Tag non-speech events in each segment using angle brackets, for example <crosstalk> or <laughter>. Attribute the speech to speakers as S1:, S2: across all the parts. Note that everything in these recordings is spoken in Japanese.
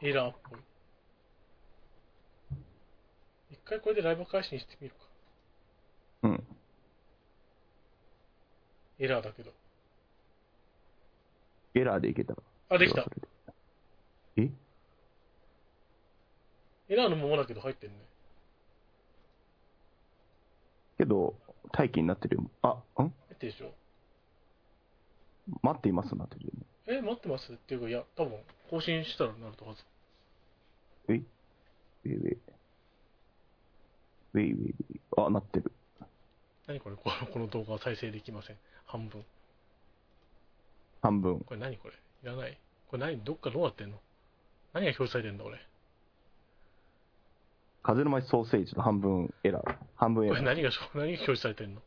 S1: エラーっぽい。一回これでライブ配信してみるか。
S2: うん。
S1: エラーだけど。
S2: エラーでいけたら。
S1: あ、できた
S2: そ。れはそれで。え
S1: エラーのままだけど入ってんね。
S2: けど、待機になってるよ。あ、ん
S1: 入ってるでしょ
S2: 待っていますになってるよね。
S1: え、待ってますっていうか、いや、多分、更新したらなるとはず。
S2: えいウェイウェイ。ウェイウェイウェイ。あ、なってる。
S1: 何これ <laughs> このこの動画は再生できません。半分。
S2: 半分。
S1: これ何これいらない。これ何どっかどうなってんの何が表示されてんだ俺。
S2: 風の舞ソーセージの半分エラー。半分エ
S1: こ
S2: ラ
S1: れ
S2: ー。
S1: 何がし <laughs> ょ、何が表示され
S2: <laughs>
S1: てんの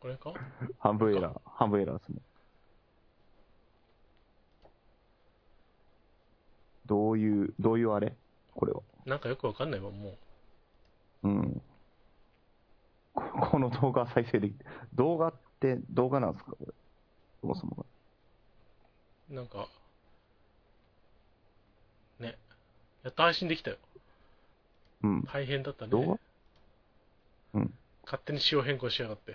S1: これか
S2: 半分エラー。半分エラーですね。どういう、どういうあれこれは。
S1: なんかよくわかんないわ、もう。
S2: うん。ここの動画再生できて、動画って動画なんですかこれ。そもそもが。
S1: なんか、ね。やっと配信できたよ。
S2: うん。
S1: 大変だったね。
S2: 動画うん。
S1: 勝手に仕様変更しやがって。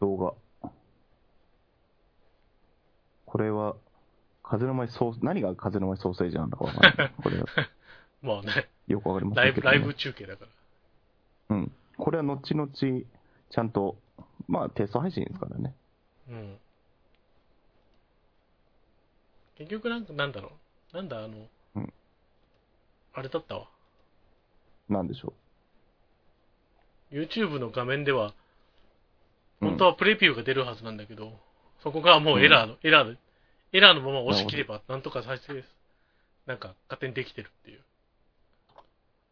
S2: 動画。これは、風の舞ソー、何が風の舞ソーセージなんだかわか
S1: <laughs>
S2: んない。これは、
S1: まあね、
S2: よくわかりません
S1: ライブ、
S2: け <laughs> どね
S1: ライブ中継だから。
S2: うん。これは後々、ちゃんと、まあ、テスト配信ですからね。
S1: うん。結局なんか、なんだろう。なんだ、あの、
S2: うん
S1: あれだったわ。
S2: なんでしょ
S1: YouTube の画面では、
S2: うん
S1: 本当はプレビューが出るはずなんだけど、そこがもうエラーの、エラーの、エラーのまま押し切れば、なんとか再生です。なんか、勝手にできてるっていう。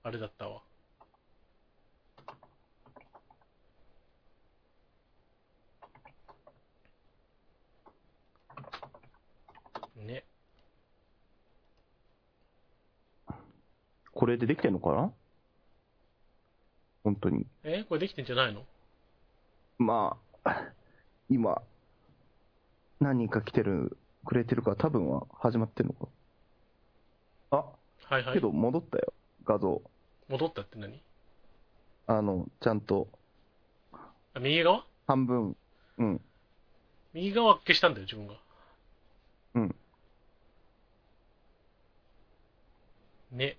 S1: あれだったわ。ね。
S2: う。これでできてんのかな本当に。
S1: えこれできてんじゃないの
S2: まあ、今、何人か来てる、くれてるから、多分は始まってるのか。
S1: はい
S2: あ、
S1: は
S2: け
S1: い。
S2: ど戻ったよ、画像。
S1: 戻ったって何
S2: あの、ちゃんと、
S1: あ右側
S2: 半分、うん、
S1: 右側消したんだよ、自分が。
S2: うん。
S1: ね。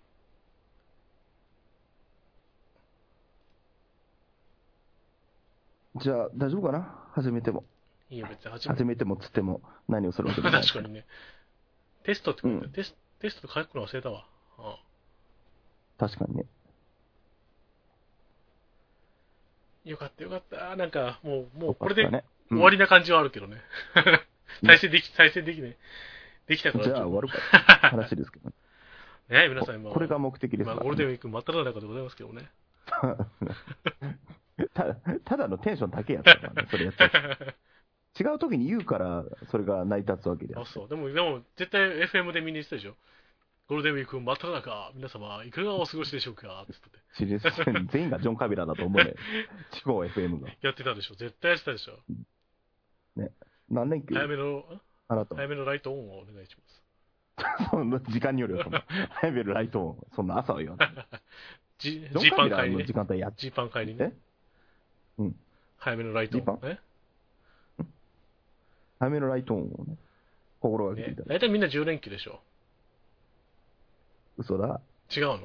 S2: じゃあ、大丈夫かな始めても。
S1: いいよ、別に始め
S2: 始めてもっつっても、何をするわけもない。
S1: <laughs> 確かにね。テストって書いてある
S2: うん
S1: テステストって書くの忘れたわ。あ
S2: 確かにね。
S1: あよかったよかった。なんか、もう、も
S2: よ
S1: うこ
S2: かっ
S1: れで
S2: たねうん
S1: 終わりな感じはあるけどね。再生でき、再生できね。できたから。
S2: じゃあ、
S1: ち
S2: 終
S1: ょ
S2: わるか。
S1: <laughs>
S2: 話ですけどね。
S1: っとね、皆さん今、
S2: これが目的です
S1: ま
S2: か
S1: あ、
S2: ら
S1: ゴールデンウィーク真っ只中でございますけどね。
S2: ただただのテンションだけやったから
S1: <laughs>
S2: ね、それやったら違う時に言うから、それが成り立つわけで
S1: あ、。そう。でも、でも、絶対 FM でみんな言ってたでしょ。ゴールデンウィーク真っ只中、皆様、いかがお過ごしでしょうかつって
S2: シリーズ
S1: <laughs>
S2: 戦全員がジョン・カビラだと思うね。地方 FM が。
S1: やってたでしょ。絶対やってたでしょ。
S2: 何年休
S1: 早めの、ん
S2: あなた。
S1: 早めのライトオンをお願いします。
S2: そんな時間によるよ、そんな。早めるライトオン。そんな朝は言わない。
S1: ジ
S2: ジ
S1: ジ
S2: ョン・
S1: ーパ
S2: カ
S1: ン
S2: ビラ
S1: 買いに
S2: の
S1: ね
S2: 時。間帯やっ
S1: ジーパン買いにね。
S2: えうん。
S1: 早めのライト
S2: ジーパン
S1: ね。
S2: 早めのライトオンをね、心がけて
S1: ね
S2: いただいて。
S1: 大体みんな10連休でしょ。
S2: 嘘だ。
S1: 違うの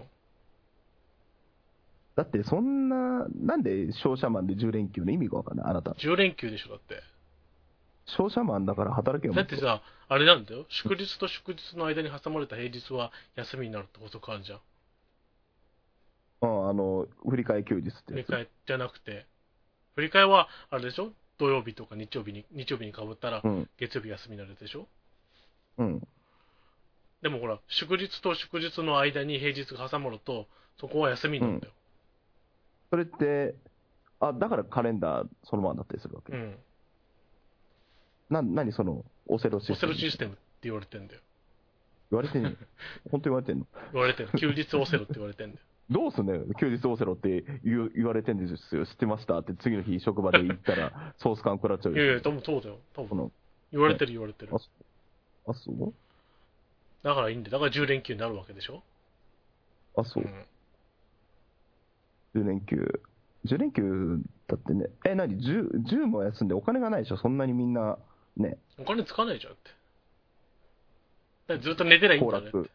S2: だってそんな、なんで商社マンで10連休の意味がわかんない、あなた。
S1: ?10 連休でしょ、だって。
S2: 商社マンだから働けよ。
S1: だってさ、あれなんだよ。祝日と祝日の間に挟まれた平日は休みになるってことかあるじゃん。
S2: うん、あの、振り替え休日って
S1: 振
S2: や
S1: り
S2: つ。
S1: 替えじゃなくて。振り替えは、あれでしょ土曜日とか日曜日に、日曜日にかぶったら
S2: うん、
S1: 月曜日休みになるでしょ
S2: うん。
S1: でもほら、祝日と祝日の間に平日が挟まると、そこは休みになるんだよ。
S2: それって、あ、だからカレンダーそのままだったりするわけ。
S1: うん。
S2: な、なにその、オセロシ
S1: オ
S2: ステ
S1: セ
S2: ム。
S1: ロシステムって言われてんだよ。
S2: 言われてん
S1: <laughs>
S2: の本当言われてんの
S1: 言われてる。休日オセロって言われてんだよ。
S2: どうすんのよ休日オセロって言う言われてんですよ、知ってましたって、次の日、職場で行った
S1: <laughs>
S2: ら、ソース缶食らっちゃう
S1: いやいや、
S2: よ。
S1: 多分そうだよ。多
S2: こ
S1: 分。
S2: の
S1: 言われてる言われてる
S2: あ。そうあ、そう
S1: だからいいんで、だから10連休になるわけでしょ。
S2: あ、そうう。
S1: ん。
S2: 10連休。10連休だってね、え、何 ?10、10も休んでお金がないでしょそんなにみんな、ね、
S1: お金つかないじゃんって。だからずっと寝てりゃいいん
S2: 行
S1: だね。
S2: 楽。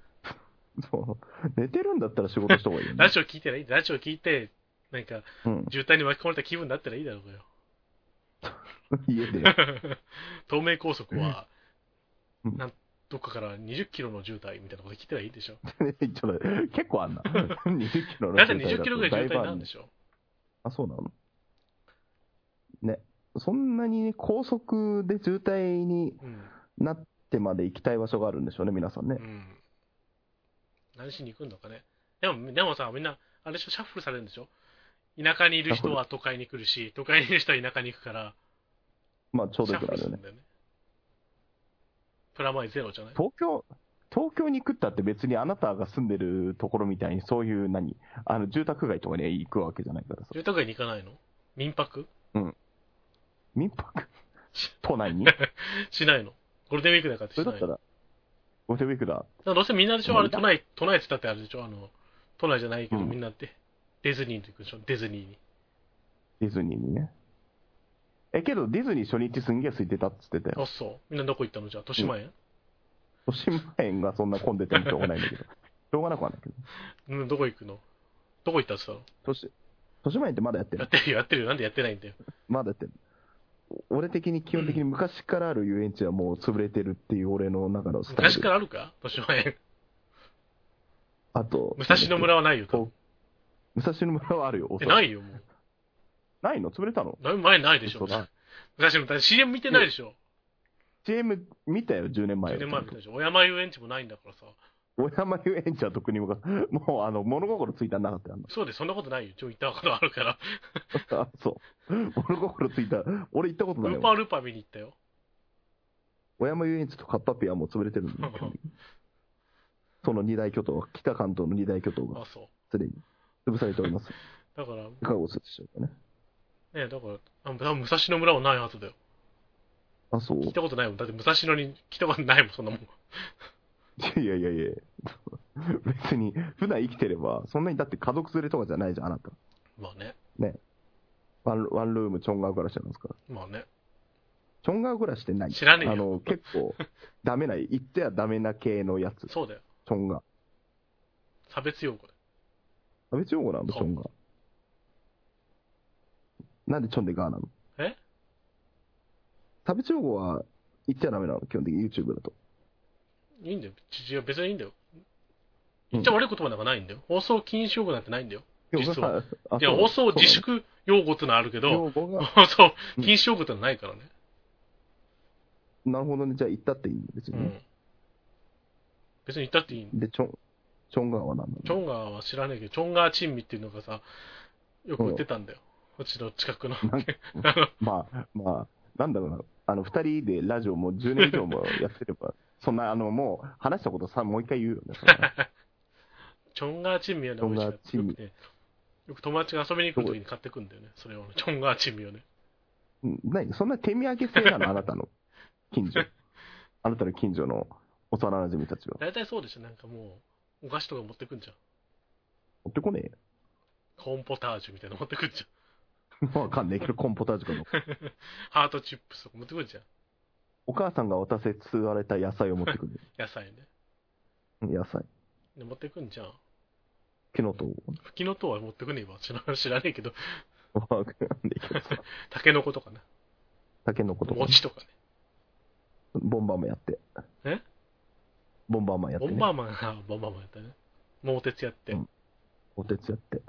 S2: <laughs> そう。寝てるんだったら仕事した方がいいよね
S1: ラ。ジオ聞いてりゃいいんだ。ラジオ聞いて、なんか、
S2: うん。
S1: 渋滞に巻き込まれた気分になったらいいだろうよ。
S2: <laughs> 家で。
S1: <laughs> 東名高速は、
S2: うん
S1: なんどっかから20キロの渋滞みたいなこと聞いてりゃいいでしょ。
S2: ちょっと、結構あ
S1: <laughs>
S2: んな。20キロの
S1: だって20キロぐらい渋滞なんで
S2: ょ。
S1: しょ。
S2: あ、そうなのね。そんなに高速で渋滞に
S1: うん。
S2: なってまで行きたい場所があるんでしょうね、皆さんね
S1: う。ん。何しに行くんのかね。でも、でもさ、みんな、あれでしょ、シャッフルされるんでしょ田舎にいる人は都会に来るし、都会にいる人は田舎に行くから、
S2: まあ、ちょう
S1: シ
S2: ど
S1: ャ
S2: よ
S1: ッフ
S2: くな
S1: ル
S2: る
S1: するん。
S2: よね
S1: だよね。プラマイゼロじゃない
S2: 東京、東京に行くったって別にあなたが住んでるところみたいに、そういう何、あの、住宅街とかに行くわけじゃないからさ。
S1: 住宅街に行かないの民泊 <laughs>
S2: 民泊都内に
S1: しないのゴールデンウィークだからってし
S2: それ
S1: な
S2: だ
S1: いの
S2: ったら、ゴールデンウィークだ。
S1: だからどうせみんなでしょあれ、
S2: うん
S1: 都内、都内って言ったってあれでしょあの、都内じゃないけど、
S2: うん
S1: みんなって、ディズニーに行くでしょディズニーに。
S2: ディズニーにね。え、けどディズニー初日すんげえ空いてたっつってたよ。
S1: あ、そう。みんなどこ行ったのじゃあ、豊島園、
S2: 都心園がそんな混んでてもしょうがないんだ
S1: <laughs>
S2: けど。しょうがなくはないけど。
S1: うん、どこ行くのどこ行ったって言っ
S2: 都市、都市園ってまだやって
S1: たのや
S2: る
S1: っ。てるよ、やってるよ。なんでやってないんだよ。
S2: まだやってる。俺的に基本的に昔からある遊園地はもう潰れてるっていう俺の中のスタイル。
S1: 昔からあるか豊島園。
S2: あと、
S1: 武蔵野村はないよ、多分
S2: と武蔵野村はあるよ。おそ
S1: え、
S2: らく
S1: ないよ、もう。
S2: ないの潰れたの
S1: だいぶ前にないでしょ。
S2: 嘘だ
S1: 武蔵野村、CM 見てないでしょ。
S2: ?CM 見たよ、10年前。
S1: 10年前見たでしょ。小山遊園地もないんだからさ。
S2: 小山遊園地は特に僕は <laughs> もうあの、物心ついたらなかったよ。
S1: そうで、そんなことないよ。ちょ、行ったことあるから。
S2: あのあ <laughs> そう。物心ついたら、俺行ったこと
S1: ウ
S2: ない
S1: ーパー
S2: よ。
S1: ルーパー見に行ったよ。
S2: 小山遊園地とカッパピアもう潰れてるんだ
S1: <laughs>
S2: よ。その二大巨頭、北関東の二大巨頭が
S1: あ、そう。
S2: すでに潰されております。
S1: だから、
S2: いかがお過ごしでしょうかね。
S1: ね、だから、あ多分武蔵野村はないはずだよ。
S2: あ、そう。
S1: <laughs> 聞いたことないもん。だって武蔵野に来たことないもん、そんなもん。
S2: いやいやいやいや別に、普段生きてれば、そんなにだって家族連れとかじゃないじゃん、あなた。
S1: まあね。
S2: ワンワンルームちょんがう暮らしなんですから。
S1: まあね。
S2: ちょんがう暮らしってない
S1: 知らねえよ
S2: あの、結構、ダメな、言ってはダメな系のやつ。
S1: そうだよ。
S2: ちょんが。
S1: 差別用語だよ。
S2: あ、別用語なの、ち
S1: そう
S2: ょんが。なんでちょんでガーなの
S1: え
S2: 差別用語は言っちゃダメなの、基本的に YouTube だと。
S1: いいんだよ。違う、別にいいんだよ。言っちゃ悪い言葉なんかないんだよ。放送禁止用語なんてないんだよ。実は
S2: でもさあ
S1: いや、
S2: そう
S1: 放送自粛用語ってのはあるけ
S2: そうなの
S1: ど、
S2: 用語が、
S1: 放送禁止用語ってのはないからね。
S2: なるほどね、じゃあ言ったっていいの、別
S1: う
S2: にね。
S1: ん。別に言ったっていいの。
S2: で、ちょん、ちょんがは何な
S1: チョ
S2: の
S1: ンガーは知らないけど、チョンガーチンミっていうのがさ、よく売ってたんだよ。うちの近くの。
S2: なんまあ、まあ、なんだろうな、あの、二人でラジオも10年以上もやってれば、そんな、あの、もう、話したことさ、もう一回言うよね、それは
S1: チョンガーチンミはね、美味しかった。
S2: チョ
S1: よ
S2: ンガーチンミ
S1: くね、よく友達が遊びに来るときに買ってくんだよね、それをね。チョンガーチンミをね。
S2: うん何そんな手土産性なの、あな
S1: <laughs>
S2: たの近所。あなたの近所の幼馴染たちは。
S1: 大体そうでしょ、なんかもう、お菓子とか持ってくんじゃん。
S2: 持ってこねえよ
S1: コーンポタージュみたいなの持ってくんじ <laughs> ゃん。
S2: <laughs> わかんないけど、コンポタージ
S1: <laughs>
S2: ュかの。
S1: ハートチップスとか持ってくんじゃん。
S2: お母さんが渡せつわれた野菜を持ってくる。
S1: 野菜ね。
S2: うん野菜。
S1: で、持ってくんじゃん。
S2: キノト
S1: フキノトウは持ってくねえわ。知ら知らねえけど、
S2: ウ。わかんないけどさ。
S1: タケノコとかね。
S2: タケノコとか、
S1: 餅とかね。
S2: ボンバーマンやって。
S1: え
S2: ボンバーマンやって、
S1: ボ
S2: ね。
S1: ンバーマンが、ボンバーマンやったね。桃鉄やって。
S2: うん桃鉄やって。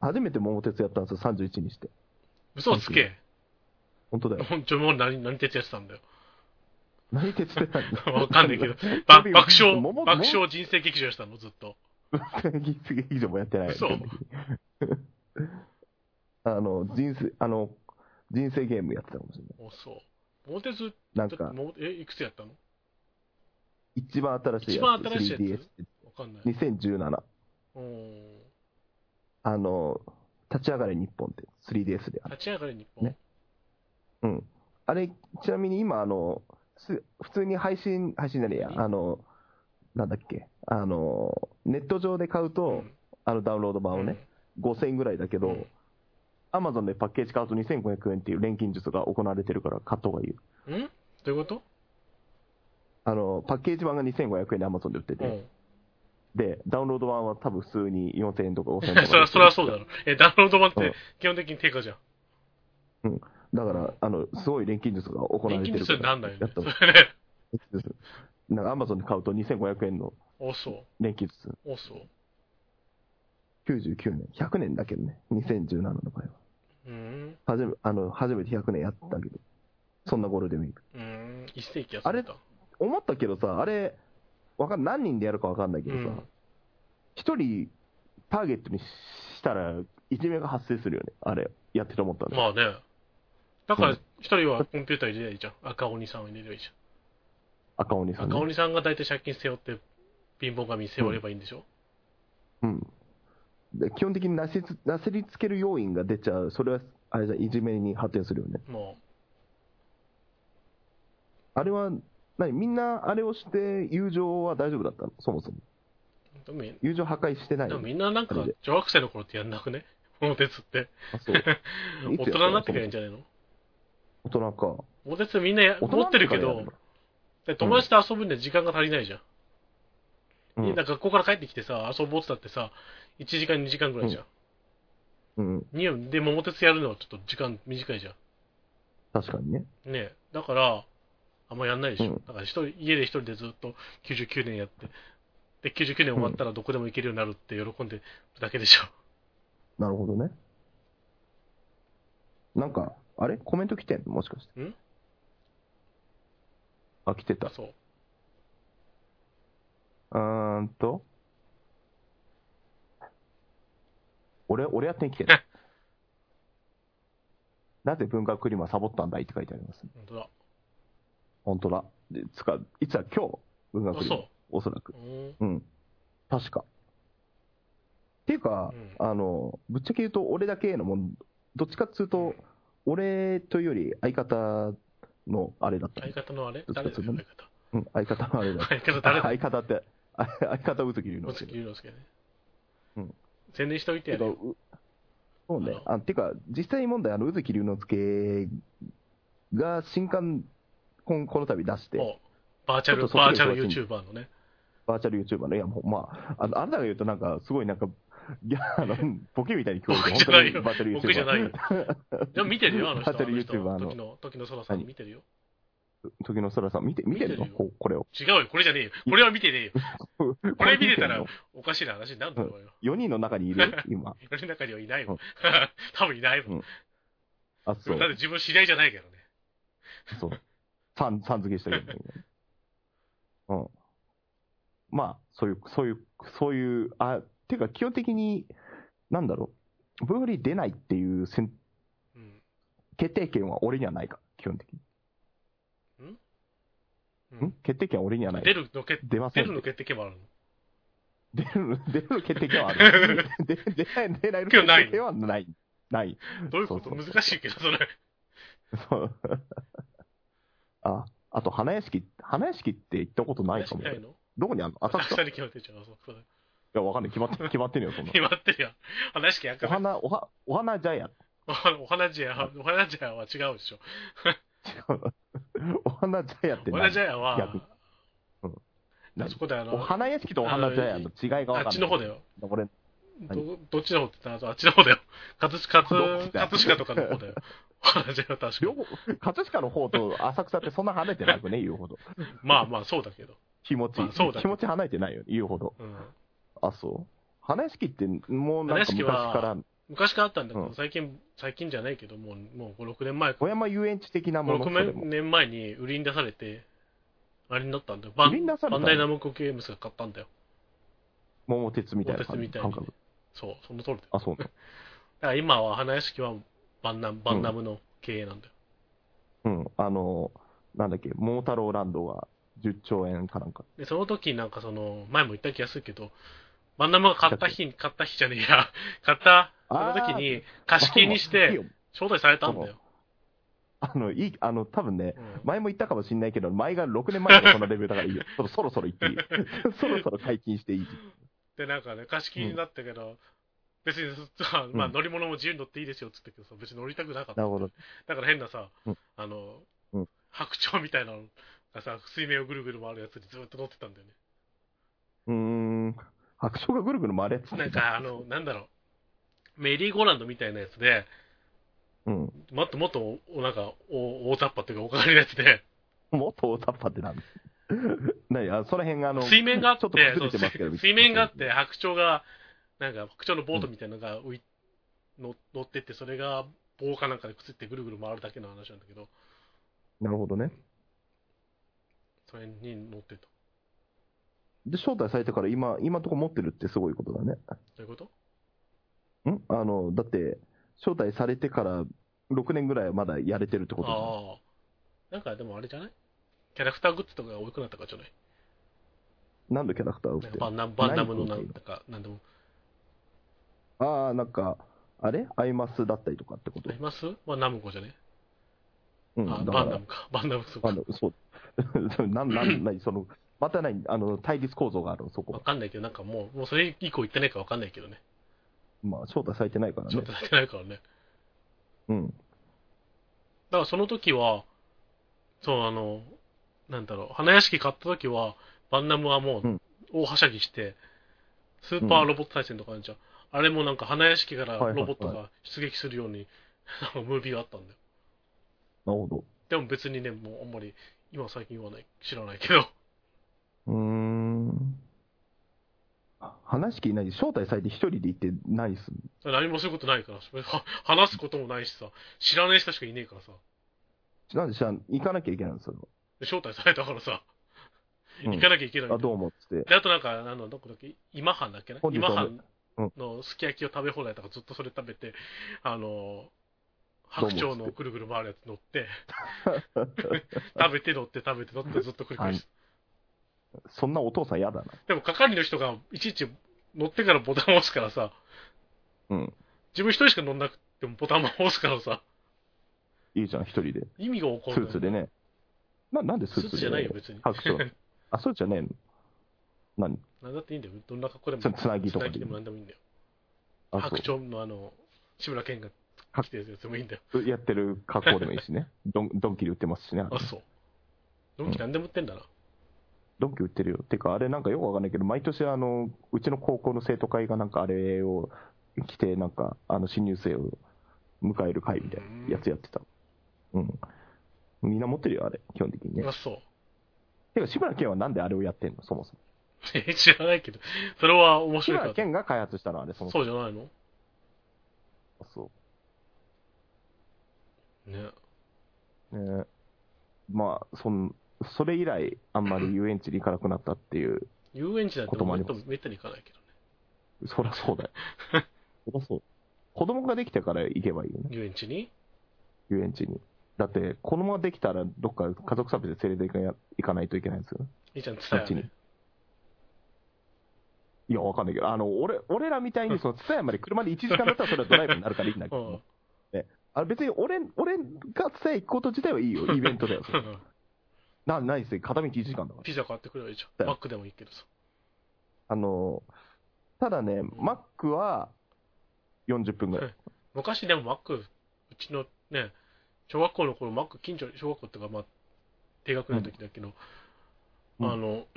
S2: 初めて桃鉄やったんですよ、31にして。
S1: 嘘をつけ。
S2: 本
S1: <laughs>
S2: 当だよ。
S1: ちょ、もう何、何鉄やってたん
S2: <laughs>
S1: だよ。
S2: 何鉄って何
S1: わかんない
S2: <laughs>
S1: けど。ば爆笑、
S2: 桃
S1: 爆笑人生劇場やってたの、ずっと。
S2: 桃鉄劇場もやってない。
S1: 嘘
S2: <laughs> あの、人生、あの、人生ゲームやってたかもしれない。
S1: おそう。桃鉄って、
S2: なん
S1: だっ
S2: か
S1: て、桃え、いくつやったの
S2: 一番新しいやつ。
S1: 一番新しいやつ
S2: 3DS
S1: わかんない。
S2: 2017。
S1: うーん。
S2: あの、立ち上がれ日本って 3DS である。
S1: 立ち上がれ日本。
S2: ねうん。あれ、ちなみに今、あの、す普通に配信、配信じゃねえや、あの、なんだっけ、あの、ネット上で買うと、
S1: うん
S2: あのダウンロード版をね、5000円ぐらいだけ
S1: う
S2: ど
S1: ん、
S2: アマゾンでパッケージ買うと2500円っていう錬金術が行われてるから買った方がいいよ。
S1: うんどういうこと
S2: あの、パッケージ版が2500円でアマゾンで売って
S1: う
S2: て、
S1: ん。
S2: で、ダウンロード版は多分普通に4000円とか5000円と
S1: <laughs>
S2: か
S1: そりゃ、そりゃそうだろ。え、ダウンロード版っ
S2: うん
S1: て基本的に定価じゃん。
S2: うん。だから、あの、すごい錬金術が行わ
S1: 年
S2: れ
S1: 金
S2: てる
S1: 術
S2: か
S1: にな
S2: ら。
S1: んないよ
S2: や
S1: ね
S2: っ。た
S1: そ
S2: 錬
S1: れね。
S2: 金術なんかアマゾンで買うと2500円の
S1: <laughs> おそ
S2: 錬金術。
S1: う。おそう。
S2: 99年、100年だけどね、2017の場合は。
S1: うん。
S2: はじめ、あの、初めて100年やったけど、そんなゴールデンウィーク。
S1: うん。一世紀や
S2: あれ思ったけどさ、あれ、わかん、何人でやるかわかんないけど
S1: う
S2: さ
S1: ん、
S2: 一、人ターゲットにしたら、いじめが発生するよね、あれ、やってて思ったの。
S1: まあね。だから
S2: うん、
S1: 一人はコンピューター入れればいいじゃん。赤鬼さんを入れればいいじ
S2: 赤鬼
S1: ゃ
S2: さ
S1: ん。
S2: ん、
S1: 赤
S2: ね。
S1: 鬼さんが大体借金背負って、貧乏神背負ればいいんでしょ
S2: うん。で基本的になしつなせりつける要因が出ちゃう、それは、あれじゃんいじめに発展するよね。
S1: も
S2: あれは、何みんなあれをして、友情は大丈夫だったのそもそも。
S1: う。でもみ
S2: 友情破壊してない
S1: で
S2: の
S1: もみんななんか
S2: あれで、
S1: 女学生の頃ってやんなくね大鉄って。
S2: あそう
S1: 大
S2: いつやった
S1: 人になってからやんじゃないの
S2: 大人か。
S1: <laughs> 大鉄みんなや
S2: 大人
S1: 持ってるけ
S2: だからや
S1: ど
S2: るの、
S1: で友達と遊ぶには時間が足りないじゃん。
S2: うん
S1: みんな学校から帰ってきてさ、遊ぼうってたってさ、1時間2時間ぐらいじゃん。
S2: うん、
S1: にで、桃鉄やるのはちょっと時間短いじゃ
S2: 確かにね。
S1: ん。ねえだから、あんまやんないでしょ。
S2: うん
S1: だから一人、家で一人でずっと99年やって、で、99年終わったらどこでも行けるようになるって喜んでるだけでしょ。
S2: なるほどね。なんか、あれコメント来てんのもしかして。
S1: ん
S2: あ、来てた。
S1: そう。
S2: うーんと。俺、俺やってに来
S1: <laughs>
S2: てる。なぜ文化クリマサボったんだいって書いてありますね。
S1: 本当だ。
S2: 本当だ。でつか、いつは今日、文化クリマ
S1: あそ。
S2: おそらく
S1: う。ーん。
S2: うん。確か。っていうか、
S1: う
S2: あの、ぶっちゃけ言うと、俺だけのもん、どっちかっつうと、
S1: うん
S2: 俺というより相方のあれだった、
S1: 相方のあれ
S2: どっちか
S1: 誰
S2: と
S1: だ
S2: いうと
S1: よ、
S2: ねうん、相方のあれだっ
S1: 相
S2: た
S1: 方。相方 <laughs> 誰だ
S2: 相方って、あ相方宇月龍
S1: 小
S2: 之
S1: 月
S2: 介。
S1: 龍之介ね。
S2: うん。
S1: 宣伝しといて
S2: て
S1: や
S2: か
S1: れ
S2: う
S1: よ。
S2: そうね。あてか、実際問題、あの宇月龍之介が新刊、こんこの度出して、
S1: もう、バーチャル、
S2: ちょっとそっち
S1: バーチャル
S2: の方
S1: YouTuber のね。
S2: バーチャル YouTuber の、いや、もう、まあ、あのあなたが言うと、なんか、すごい、なんか、 <laughs> いや、あの、ボケみたいに聞こえ
S1: 僕
S2: る
S1: じゃないよ
S2: バーチャル YouTuber。
S1: 僕じゃないよ。でも見てるよ、あの人。
S2: バーチャル
S1: あの
S2: YouTuber の
S1: 人時の、時の空さん見てるよ。
S2: 時の空さん、見て、見てるの
S1: 見てるよ
S2: ここれを。
S1: 違うよ、これじゃねえよ。これは見てねえよ。
S2: こ
S1: これ見てた
S2: ん
S1: ら
S2: の、
S1: おかしな話になると思うよ。
S2: 4人の中にいるよ今。
S1: 世の中にはいないもん
S2: う。
S1: <laughs> 多分いないもん。
S2: あ、そう
S1: だっ。て自分知り合いじゃないけどね。
S2: そう。さん、さん付けしたけど。うん。まあ、そういう、そういう、そういう、あ、てか、基本的に、なんだろう。分振り出ないっていう選
S1: うん
S2: 決定権は俺にはないか、基本的に。
S1: うん
S2: ん決定権は俺にはない。
S1: 出るのけ、
S2: 出ませ
S1: 出
S2: ん
S1: るの。決定権もあるの。
S2: 出る、 <laughs> 出る決定権は
S1: <laughs>
S2: ある。で出ない、出ないの決定権はない。ない。
S1: どういうこと
S2: そうそう
S1: 難しいけど、それ。
S2: そう。あ、あと、花屋敷、花屋敷って行ったことないかも
S1: 知。らないの
S2: どこにあるの浅
S1: 浅
S2: 草
S1: 草に決まってるじゃん。あそうそう
S2: いや、わかんない。決まって、決まってるよ、そんな。
S1: 決まってるやん。話しかやっ
S2: お
S1: かない。
S2: 花、おは、お花茶屋。 <laughs>
S1: お花じや、お花じやは違うでしょ。
S2: お花茶屋って
S1: お
S2: 何
S1: 花じやは
S2: 逆に、
S1: あそこであ
S2: お
S1: の、
S2: 花屋敷とお花茶屋の違いがわかんない。
S1: あっちの方だよ。
S2: 俺、
S1: どどっちの方って言ったら、あっちの方だよ。 <laughs> 葛飾
S2: どっちだ
S1: 葛飾とかの方だよ。 <laughs> お花じやは確か
S2: 両
S1: に。
S2: 方、 <laughs> 葛飾の方と浅草ってそんな離れてなくね、言うほど。
S1: まあまあ、そうだけど。
S2: 気持ち
S1: まあそうだけ、ど
S2: 気持ち離れてないよ、言うほど。
S1: うん
S2: あ、そう。花屋敷って、もうなん
S1: 花屋
S2: か
S1: 敷
S2: 昔
S1: は
S2: から、
S1: 昔からあったんだけど、
S2: うん
S1: 最近、最近じゃないけど、もう、もう5、6年前か。
S2: 小山遊園地的なもの、それ
S1: 5、6
S2: も。
S1: 年前に売りに出されて、あれになったんだよ。バ
S2: 売
S1: ン
S2: りに出された
S1: バ
S2: の
S1: ンダイナムコゲームスが買ったんだよ。
S2: 桃鉄みたいな感
S1: 桃
S2: じ
S1: 鉄みたい
S2: 感
S1: に
S2: 覚。
S1: そう、その通りだよ。
S2: あ、そうね。
S1: だから今は花屋敷はバンナム、バンナムの経営なんだよ。
S2: うん。あの、なんだっけ、桃太郎ランドが10兆円かなんか。
S1: で、その時なんかその、前も言った気がするけど、バンナムが買った日に、買った日じゃねえや、買った、その時に貸し切りにして、招待されたんだよ。
S2: <laughs> あの、いい、あの、多分ね、
S1: うん
S2: 前も言ったかもしれないけど、前が6年前のこのレベルだからいいよ。 <laughs> そろそろそろ言っていいよ。そろそろ解禁していい。
S1: で、なんかね、貸し切りになったけど、別にそ、 <laughs>
S2: ん
S1: まあ、乗り物も自由に乗っていいですよっつったけどさ、別に乗りたくなかった
S2: な。るほど。
S1: だから変なさ、
S2: うん
S1: あの、
S2: うん
S1: 白鳥みたいなのがさ、水面をぐるぐる回るやつにずっと乗ってたんだよね。
S2: うーん。白鳥がぐるぐる回るやつ
S1: なんか、あ
S2: <laughs>
S1: の、なんだろう、メリーゴーランドみたいなやつで、
S2: うん。
S1: もっともっとお、おなんか、お大雑把っていうか、おかわりのやつで、
S2: もっと大雑把ってなんだ。 <laughs> なにあその辺があの、
S1: 水面があって
S2: ちょっと崩
S1: そ
S2: れ
S1: う
S2: てますけど、
S1: 水水面があって、白鳥が、なんか、白鳥のボートみたいなのが浮い、の乗ってって、それが棒かなんかでくっつってぐるぐる回るだけの話なんだけど、
S2: なるほどね。
S1: それに乗ってた。
S2: で、招待されてから今、今のとこ持ってるってすごいことだね。
S1: どういうこと
S2: んあの、だって、招待されてから6年ぐらいはまだやれてるってことだね、
S1: ああ。なんかでもあれじゃないキャラクターグッズとかが多くなったからじゃない
S2: 何のキャラクターを打
S1: なんか
S2: って
S1: バンダムバンダムの
S2: な
S1: ないんとか、なんでも。
S2: ああ、なんか、あれアイマスだったりとかってこと
S1: ありますはナムコじゃね
S2: うん、
S1: あ、
S2: だ
S1: バ
S2: か
S1: ン
S2: ら
S1: ダムか。バンダムそう
S2: あ
S1: か
S2: の。そう。 <laughs> なん、
S1: <clears throat>
S2: なん、なに、その、またない、あの、対立構造があるの、そこ
S1: わ。かんないけど、なんかもう、もうそれ以降行ってないかわかんないけどね。
S2: まあ、招待されてないから
S1: ちょ
S2: ね
S1: っ。とやってないからね。だ
S2: うん。
S1: からその時は、そう、あの、なんだろう、花屋敷買った時は、バンダムはも
S2: う、
S1: うん大はしゃぎして、スーパーロボット対戦とかあるじゃん。あれもなんか花屋敷からロボット
S2: はいは
S1: が出撃するように、なんかムービーがあったんだよ。
S2: なるほど。
S1: でも別にね、もうあんまり、今最近言わない、知らないけど、
S2: うーん。話聞いない招待されて一人で行って何すん
S1: 何もすることないから、それは <laughs> 話すこともないしさ、知らない人しかいねえからさ、
S2: のなんで知らん、行かなきゃいけないんですよ。
S1: で招待されたからさ、
S2: うん
S1: 行かなきゃいけない、
S2: あ、どうもっつって。
S1: で、あとなんか、あの、どこだっけ、今半だっけな
S2: 本日
S1: 今
S2: は
S1: 半
S2: うん
S1: のすき焼きを食べ放題とかずっとそれ食べて、あの、白鳥のぐるぐる回るやつ乗
S2: <laughs>
S1: って、食べて乗って食べて乗ってずっと繰り返して。
S2: そんなお父さん嫌だな。
S1: でも係の人がいちいち乗ってからボタンを押すからさ、
S2: うん。
S1: 自分一人しか乗んなくてもボタンを押すからさ、
S2: いいじゃん、一人で。
S1: 意味が起こ
S2: ス
S1: るん
S2: ー
S1: だ
S2: ツ
S1: よ
S2: でね。な、なんでス
S1: スー
S2: ー
S1: ツ
S2: ツ
S1: じ
S2: で
S1: ゃ
S2: ね、
S1: ないよ、別に。
S2: 白鳥。あ、スーツじゃねえの何
S1: <laughs> なんだっていいんだよ。どんな格好でも。
S2: つつなぎとか
S1: つな
S2: で
S1: ぎでもなんでもいいんだよ。
S2: あ、
S1: 白鳥のあの、志村けんが着てるやつでもいいんだよ。
S2: そう。やってる格好でもいいしね。ドン、ドンキで売ってますしね。
S1: あ、そう。ドンキなんでも売ってんだな。
S2: ドンキ売ってるよ。てか、あれなんかよくわかんないけど、毎年あの、うちの高校の生徒会がなんかあれを着て、なんか、あの、新入生を迎える会みたいなやつやってた。うん。みんな持ってるよ、あれ、基本的にね
S1: あ、。そう。
S2: てか、志村けんはなんであれをやってんの、そもそも。
S1: え、 <laughs> 知らないけど。それは面
S2: 志
S1: 白いか
S2: 村
S1: ら。
S2: けんが開発したの、あれ、そもそも。
S1: そうじゃないの
S2: そう
S1: ね。
S2: ねまあ、そんそれ以来、あんまり遊園地に行かなくなったっていう、
S1: 遊園地なんて
S2: こともあ
S1: めっ
S2: ります
S1: めったに行かないけどね。
S2: そりゃそうだよ。
S1: <laughs>
S2: そりゃそう。子供ができてから行けばいいよね、
S1: 遊園地に
S2: 遊園地に。だって、子供ができたら、どっか家族サービスで連れて行か行かないといけないんですよね。
S1: いいじゃん、伝
S2: そっ
S1: え
S2: ちに。いや、わかんないけど、あの、俺、俺らみたいに、その、津屋まで車で1時間だったら、それはドライブになるからいいんだ
S1: <laughs>
S2: け
S1: う
S2: ど
S1: ん。、
S2: あれ別に俺、俺が津屋行くこと自体はいい
S1: <laughs>
S2: よ、イベントだよ。それな、ないですよ、片道1時間だから。
S1: ピザ買ってくればいいじゃ
S2: だ
S1: ん。
S2: よ
S1: マックでもいいけどさ。
S2: あの、ただね、マックは40分ぐらい。
S1: 昔でもマック、うちのね、小学校の頃、マック近所に、小学校っていうか、まあ、低学年の時だけど、
S2: うん
S1: あの、 <clears throat>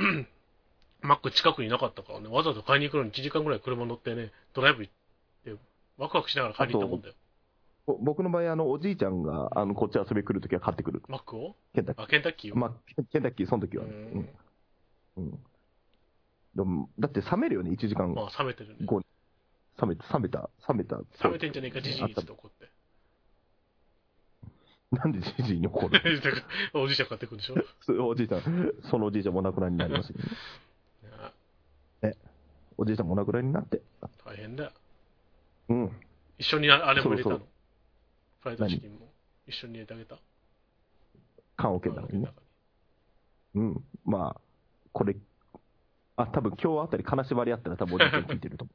S1: マック近くになかったからね、わざわざ買いに行くのに1時間ぐらい車乗ってね、ドライブ行って、ワクワクしながら買いに行ったもんだよ。
S2: ぼ僕の場合、あの、おじいちゃんが、あの、こっち遊び来るときは買ってくる。
S1: マックを
S2: ケンタッキ
S1: あ、ケンタッキー
S2: ー。
S1: を。
S2: まあ、ケンタッキー、その時
S1: う
S2: はね。
S1: ん
S2: うん。うん。でも、だって冷めるよね、1時間。
S1: まあ、冷めてるね。
S2: 後冷めた、冷めた、冷めた。
S1: 冷めてんじゃねえか、じじい
S2: あ
S1: に
S2: った
S1: と怒って。
S2: なんでじじいに怒
S1: <laughs>
S2: る
S1: だからおじいちゃん買ってくるでしょ。ね
S2: のおじいちゃん、そのおじいちゃんもお亡くなりになりますよね。おじいちゃんもお亡くなりになって。
S1: 大変だよ。
S2: うん。
S1: 一緒にああれも入れたの。
S2: そう
S1: フライドチキンも。一緒に入れてあげた。
S2: 缶オケなのにね。うん。まあ、これ、あ、多分今日あたり金縛
S1: <laughs>
S2: りあったら多分おじいちゃん聞いてると思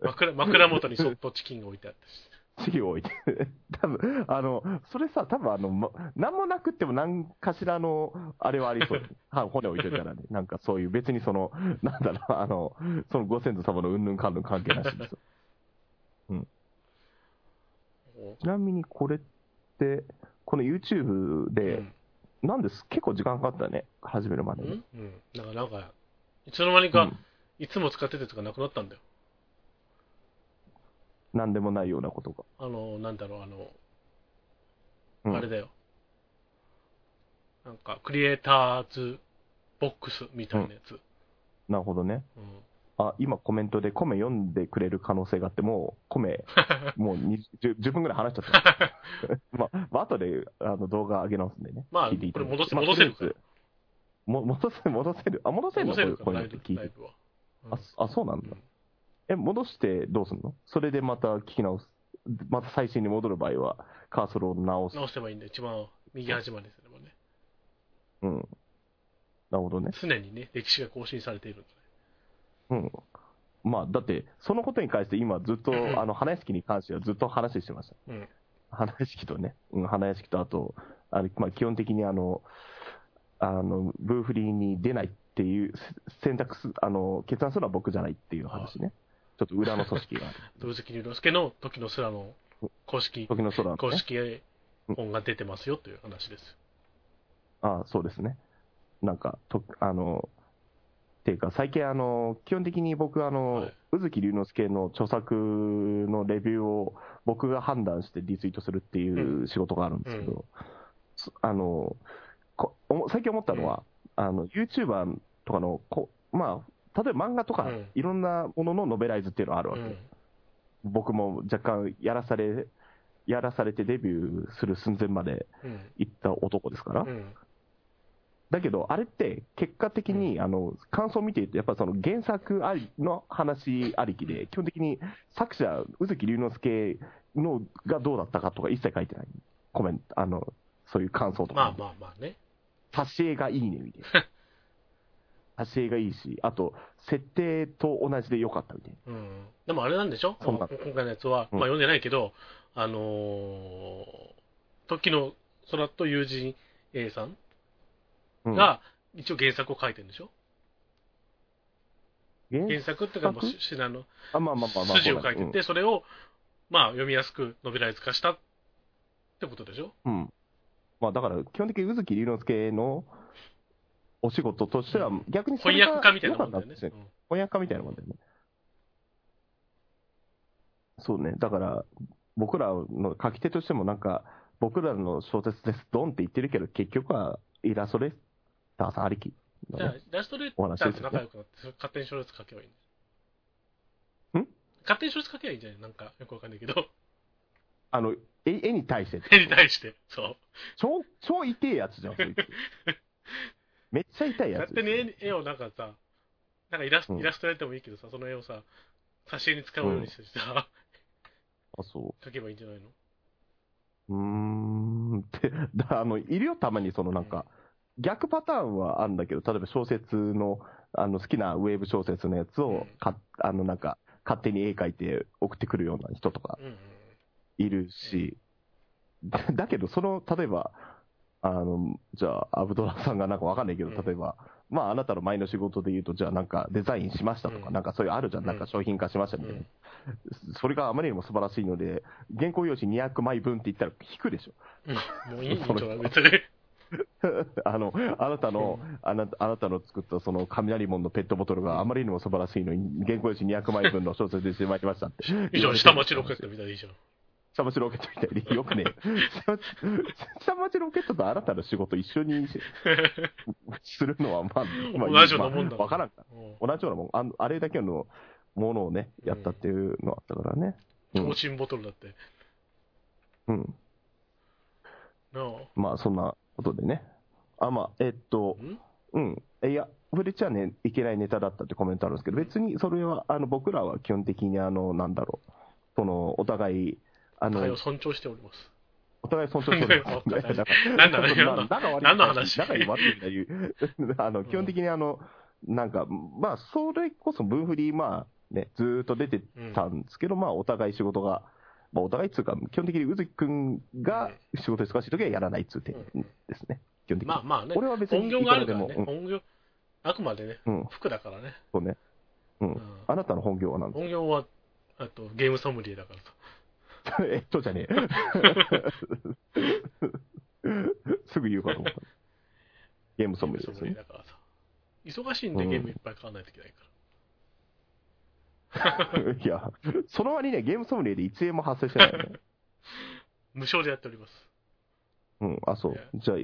S2: う。 <laughs>
S1: 枕枕元にそっとチキンが置いてあったし。
S2: 資料を置いて、 <laughs> 多分あのそれさ、多分あの、ま、何もなくっても、何かしらのあれはあ
S1: <laughs>
S2: りそう、は骨置いといたらね、なんかそういう、別にその、なんだろう、あのそのご先祖様のうんぬんかんぬん関係なしですよ。
S1: お
S2: ちなみにこれって、この YouTube で、なんです、結構時間かかったね、始めるま
S1: う
S2: で
S1: ん、う
S2: に。
S1: んうん、なんか、なんか、いつの間にか、いつも使ってたやつがなくなったんだよ。
S2: なんでもないようなことが。
S1: あの、なんだろう、あの、
S2: うん
S1: あれだよ。なんか、クリエイターズボックスみたいなやつ。うん
S2: なるほどね。あ、今コメントでコメ読んでくれる可能性があって、もうコ
S1: <laughs>
S2: メ、もうに 10, 10分ぐらい話しちゃった。ま
S1: <laughs>
S2: あ、まあ後であの動画上げ直すんでね。
S1: まあ
S2: 聞いていただいて
S1: これ戻せ
S2: まあ
S1: 戻せるから
S2: とりあえずも戻せ、戻せる。あ、戻せる
S1: 戻
S2: の
S1: せる
S2: こ
S1: か、
S2: れ
S1: ライ
S2: これ
S1: ブ
S2: 聞い
S1: ライ
S2: て。
S1: ブは。
S2: あ、そあそうなんだ。
S1: うん
S2: え、戻してどうすんのそれでまた聞き直す。また最新に戻る場合は、カーソルを直す。
S1: 直せばいいんだよ、一番右端まですればね。
S2: うん。なるほどね。
S1: 常にね、歴史が更新されているんだね。
S2: うん。まあ、だって、そのことに関して今ずっと、あの、花屋敷に関してはずっと話してました。
S1: うん
S2: 花屋敷とね、うん、花屋敷とあと、あのまあ、基本的にあの、あの、ブーフリーに出ないっていうせ選択す、あの、決断するのは僕じゃないっていう話ね。ちょっと裏の組織がある。
S1: 豊月龍之介の時の空の公式、
S2: 時の空
S1: <laughs>
S2: の、
S1: 公
S2: ね。
S1: 式本が出てますよという話です。
S2: ああ、そうですね。なんか、と、あの、っていうか、最近あの、基本的に僕あの、
S1: はい
S2: 宇月龍之介の著作のレビューを僕が判断してリツイートするっていう仕事があるんですけど、
S1: う
S2: そあの、こおも最近思ったのは、あの、YouTuber とかの、こまあ、例えば漫画とか、
S1: うん
S2: いろんなもののノベライズっていうのがあるわ
S1: う
S2: け、
S1: ん。
S2: 僕も若干やらされ、やらされてデビューする寸前まで
S1: うん。
S2: 行った男ですから、
S1: うん。
S2: だけど、あれって結果的に、あの感想を見ていると、やっぱりその原作ありの話ありきで、基本的に作者、宇崎龍之介のがどうだったかとか一切書いてない、コメント、あのそういう感想とか、
S1: まあまあまあね。
S2: 挿絵がいいねみたい
S1: <laughs>
S2: な、挿絵がいいし、あと、設定と同じで良かったみたいな、
S1: うん。でもあれなんでしょ
S2: そん
S1: 今
S2: な
S1: 回のやつは、
S2: うん
S1: まあ読んでないけど、あのー時の空と友人 A さん
S2: うん
S1: が、一応原作を書いてるんでしょ原作っていうか、もうし、しなの、
S2: あまあまあまあまあ、
S1: 筋を書いてて、それを、まあ、読みやすくノベライズ化したってことでしょ
S2: うん、うんまあ、だから基本的に宇月龍之介のお仕事としては、逆にそれ
S1: 翻
S2: が
S1: 訳家みたいなもんだよ
S2: 良か
S1: ね
S2: った。翻訳家みたいなもんだよね。そうね、だから、僕らの書き手としても、なんか、僕らの小説です、ドンって言ってるけど、結局はイラストレーターさんありき
S1: うん
S2: だ
S1: じ
S2: ね、
S1: ゃあ、イラストレーターと仲良くなって、勝手に小説書けばいいんだよ
S2: ん
S1: 勝手に小説書けばいいんじゃないなんか、よくわかんないけど、 <laughs>
S2: あの絵絵に対して、
S1: 手に対して、そう。
S2: 超超痛いやつじゃん、
S1: <laughs>
S2: そいつめっちゃ痛いやつ
S1: 勝手に絵に絵をなんかさ、なんかイラスト、
S2: うん
S1: イラストやってもいいけどさ、その絵をさ、挿絵に使うようにしてさ、
S2: あそ
S1: 描けばいいんじゃないの
S2: ううーん <laughs> ってだあの、いるよ、たまに、そのなんか、逆パターンはあるんだけど、例えば小説の、あの好きなウェーブ小説のやつ
S1: う
S2: を
S1: ん
S2: か、あのなんか、勝手に絵描いて送ってくるような人とか
S1: うんうん。
S2: いるし、だだけど、その、例えば、あの、じゃあ、アブドラさんがなんかわかんないけど、
S1: うん
S2: 例えば、まあ、あなたの前の仕事で言うと、じゃあ、なんかデザインしましたとか、
S1: うん
S2: なんかそういうあるじゃん、なんか商品化しましたみたいな。それがあまりにも素晴らしいので、原稿用紙200枚分って言ったら引くでしょ。 <laughs>
S1: うんもういいんじゃ
S2: その
S1: ない別に。
S2: あの、あなたの、あなた、あなたの作ったその雷門のペットボトルがあまりにも素晴らしいのに、原稿用紙200枚分の小説でしてまいりましたって。
S1: 以上、下町ロケットみたいでいいじゃん。
S2: 下町ロケットみたいによくねえよ、 <laughs> 下町ロケットとあなたの仕事一緒に
S1: <laughs>
S2: しするのは、まあ、まあ、
S1: 同じようなもんだ
S2: まあわからんか
S1: うん
S2: ら。同じようなもん。あのあれだけのものをね、やったっていうのあったからね。うん
S1: 超新ボトルだって。
S2: うん。
S1: なあ。
S2: まあ、そんなことでね。あ、まあ、えっと、
S1: ん
S2: うん、いや、触れちゃ、ね、いけないネタだったってコメントあるんですけど、別にそれはあの僕らは基本的にあの、なんだろう、そのお互い、あ
S1: 対を
S2: の
S1: 尊重しております。
S2: お互い尊重して
S1: <laughs>
S2: る
S1: わかんない
S2: だか
S1: な
S2: ら
S1: んだろう
S2: なんか悪い
S1: 何の話
S2: 仲悪いんだいう、 <laughs> あの基本的にあの、なんか、まあ、それこそ、ブンフリー、まあね、ずーっと出てたんですけど、まあ、お互い仕事が、まあ、お互いっつうか、基本的に宇月くんが仕事忙しい時はやらないっつう点
S1: うん
S2: ですね。基本的に。
S1: まあまあね、
S2: 俺は別に
S1: 本業があるから
S2: い
S1: ね
S2: くら、でも
S1: 本業、あくまでね、
S2: うん、うん、
S1: 服だからね。
S2: そうね。う
S1: うん
S2: ん。あなたの本業は何で
S1: 本業は、あと、ゲームソムリエだからさ。
S2: すかえっとじゃ
S1: <laughs>
S2: ねえ。すぐ言うかと思った。ゲームソムリエですね。
S1: だからさ。忙しいんで
S2: うん
S1: ゲームいっぱい買わないといけないか
S2: いや、その割にね、ゲームソムリエで1円も発生してない
S1: <laughs>
S2: よ
S1: ら。
S2: ね。
S1: 無償でやっております。
S2: うん、あ、そう。じゃあ、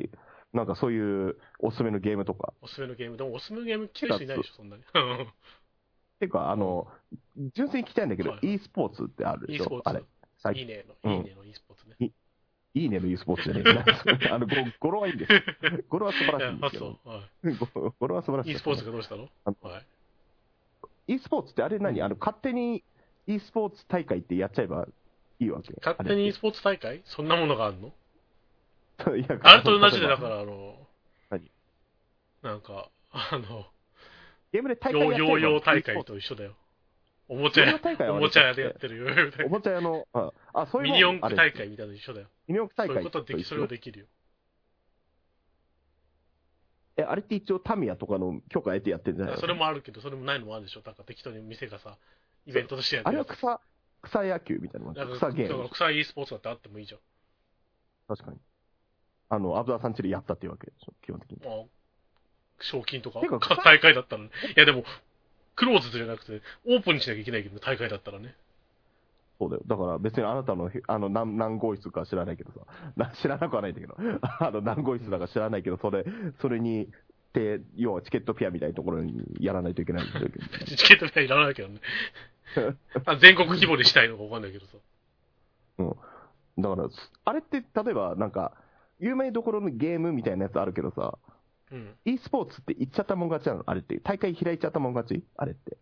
S2: なんかそういうおすすめのゲームとか。
S1: おすすめのゲーム。でも、おすすめのゲーム来てる人いないでしょ、そんなに。うん
S2: っていうか、あの、純粋に聞きたいんだけど、
S1: はい
S2: e スポーツってあるで
S1: e
S2: し
S1: ス
S2: ょ
S1: ポ
S2: あ
S1: ー
S2: れ
S1: ツ。。
S2: 最
S1: い
S2: 近
S1: いね
S2: う
S1: の、
S2: ん
S1: いいねの e スポーツね。
S2: いいねの e スポーツじゃねえ
S1: <laughs>
S2: なあの、語語呂はいいんですよ。語呂は素晴らしいん
S1: いや
S2: で
S1: あ
S2: すけど。
S1: そうは
S2: <laughs> 語語呂は素晴らしい
S1: い。e
S2: です
S1: ス
S2: け
S1: ポ
S2: ど。
S1: ーツがどうしたの
S2: あ
S1: はい。
S2: e スポーツってあれ何あの、勝手に e スポーツ大会ってやっちゃえばいいわけ
S1: 勝手に e スポーツ大会そんなものがあるの
S2: あれいや
S1: あれと同じで、
S2: 例えば
S1: だから、あの、
S2: 何
S1: なんか、あの、
S2: ゲームで大会
S1: ヨーヨーヨー大会
S2: やっちゃえば e スポーツ
S1: と一緒だよ。おもちゃ
S2: ヨ
S1: 屋
S2: ーヨー大会、は
S1: お
S2: あれ
S1: もちゃ屋でやってるヨーヨー大
S2: おもちゃ屋の、あ、あそう
S1: 会。
S2: いう
S1: ミ
S2: もん
S1: ニ四
S2: あ
S1: 駆
S2: れ
S1: 大会みたいなの一緒だよ。
S2: ミニ四
S1: そ
S2: 駆
S1: う
S2: 大
S1: いう
S2: 会
S1: ことはでき、それはできるよ。
S2: え、あれって一応タミヤとかの許可得てやってんじゃないの
S1: それもあるけど、それもないのもあるでしょ。なんか適当に店がさ、イベントとしてやって
S2: あれ
S1: る
S2: は
S1: やつ。
S2: 草、草野球みたいなもん
S1: だから
S2: 草ゲー
S1: だから
S2: ム。
S1: 草 e スポーツだってあってもいいじゃん。
S2: 確かに。あの、アブダーさんちでやったっていうわけでしょ、基本的に。
S1: まあ、賞金とか
S2: てか、草
S1: 大会だったらね。いやでも、クローズじゃなくて、オープンにしなきゃいけないけど、大会だったらね。
S2: そうだよ。だから別にあなたの、あの、何、何号室か知らないけどさ、 <laughs> な知らなくはないんだけど、 <laughs> あの、何号室だか知らないけど、それ、それに、で、要はチケットピアみたいなところにやらないといけないんだけど。 <laughs>
S1: チケットみたいにいらないけどね。あ全国規模にしたいのかわかんないけどさ。
S2: だから、すあれって、例えばなんか、有名どころのゲームみたいなやつあるけどさ、
S1: うん。
S2: e スポーツって言っちゃったもん勝ちなのあれって。大会開いちゃったもん勝ちあれって。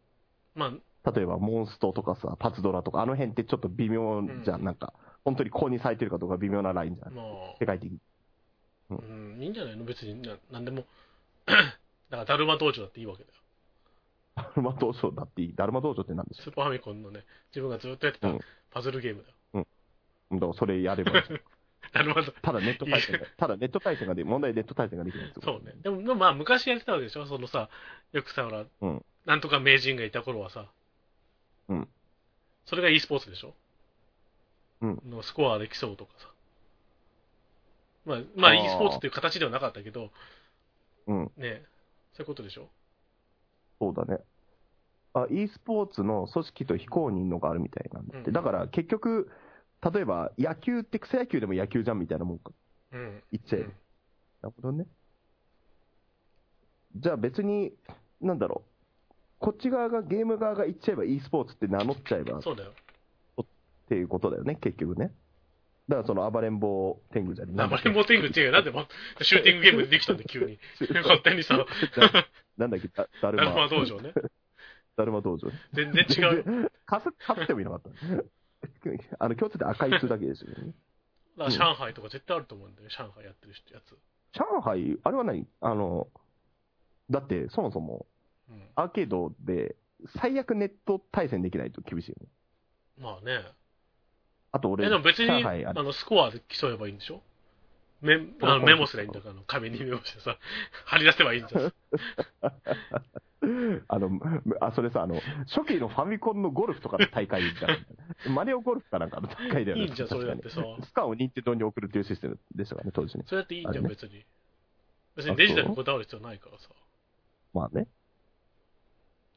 S1: まあ、
S2: 例えばモンストとかさ、パズドラとか、あの辺ってちょっと微妙じゃん。
S1: うん
S2: なんか、本当に公にされてるかどうか微妙なラインじゃん。
S1: ま
S2: 世界的に。 <laughs>
S1: あ、うん、いいんじゃないの別にな、なんでも。 <coughs> だから、ダルマ道場だっていいわけだよ。
S2: ダルマ道場だっていい。ダルマ道場って何でしょ
S1: スーパーファミコンのね、自分がずっとやってた
S2: うん
S1: パズルゲームだよ。
S2: う。だからそれやれ
S1: <laughs>
S2: ばいい。
S1: ダルマ道
S2: ただネット対戦が、ただネット対戦がで、問題はネット対戦ができないんですよ
S1: そうね。。でも、でもまあ、昔やってたわけでしょそのさ、よくさ、ほら、
S2: うん
S1: なんとか名人がいた頃はさ、
S2: うん
S1: それが e スポーツでしょ
S2: うん
S1: のスコアで競うとかさ。まあ、まあ、
S2: あ
S1: e
S2: ー
S1: スポーツっていう形ではなかったけど、
S2: うん、
S1: ね、そういうことでしょ
S2: そうだね。あ、e スポーツの組織と非公認のがあるみたいなんだって。
S1: うん
S2: だから結局、例えば野球って草野球でも野球じゃんみたいなもんか。
S1: うん。
S2: 言っちゃえば。
S1: うん
S2: なるほどね。じゃあ別に、なんだろう。こっち側が、ゲーム側が言っちゃえば e スポーツって名乗っちゃえばっ
S1: そうだよ。
S2: ていうことだよね、結局ね。だからその暴れん坊天狗じゃねえ
S1: 名前も天狗違うよ。なんで、ま、シューティングゲームでできたんだ、急に。 <laughs> 勝手にさ、
S2: なんだっけ、だだる
S1: ダルマ
S2: ま、
S1: 道場ね。
S2: だるま道場。
S1: 全然違う。
S2: かす、かすってもいなかった。 <laughs> あの、共通で赤い通だけですよね。
S1: だから上海とか絶対あると思うんだよ、上海やってる人やつ。
S2: 上海、あれは何あの、だってそもそも
S1: うん、
S2: アーケードで最悪ネット対戦できないと厳しいよね。
S1: まあね。
S2: あと俺、
S1: え、でも別に、
S2: 上海あ
S1: あ
S2: れ
S1: の、スコアで競えばいいんでしょメあのメモすればいいんだから、あの紙にメモしてさ、貼り出せばいいんだよ。
S2: あの、あ、それさ、あの、初期のファミコンのゴルフとかの大会だから、マネオゴルフかなんかの大会だよね。
S1: いいんじゃん、それだってさ。
S2: スカを認知堂に送るっていうシステムでしたからね、当時ね。
S1: それだっていいんじゃん、
S2: あれね
S1: 別に。別にデジタルにこだわる必要ないからさ。
S2: まあね。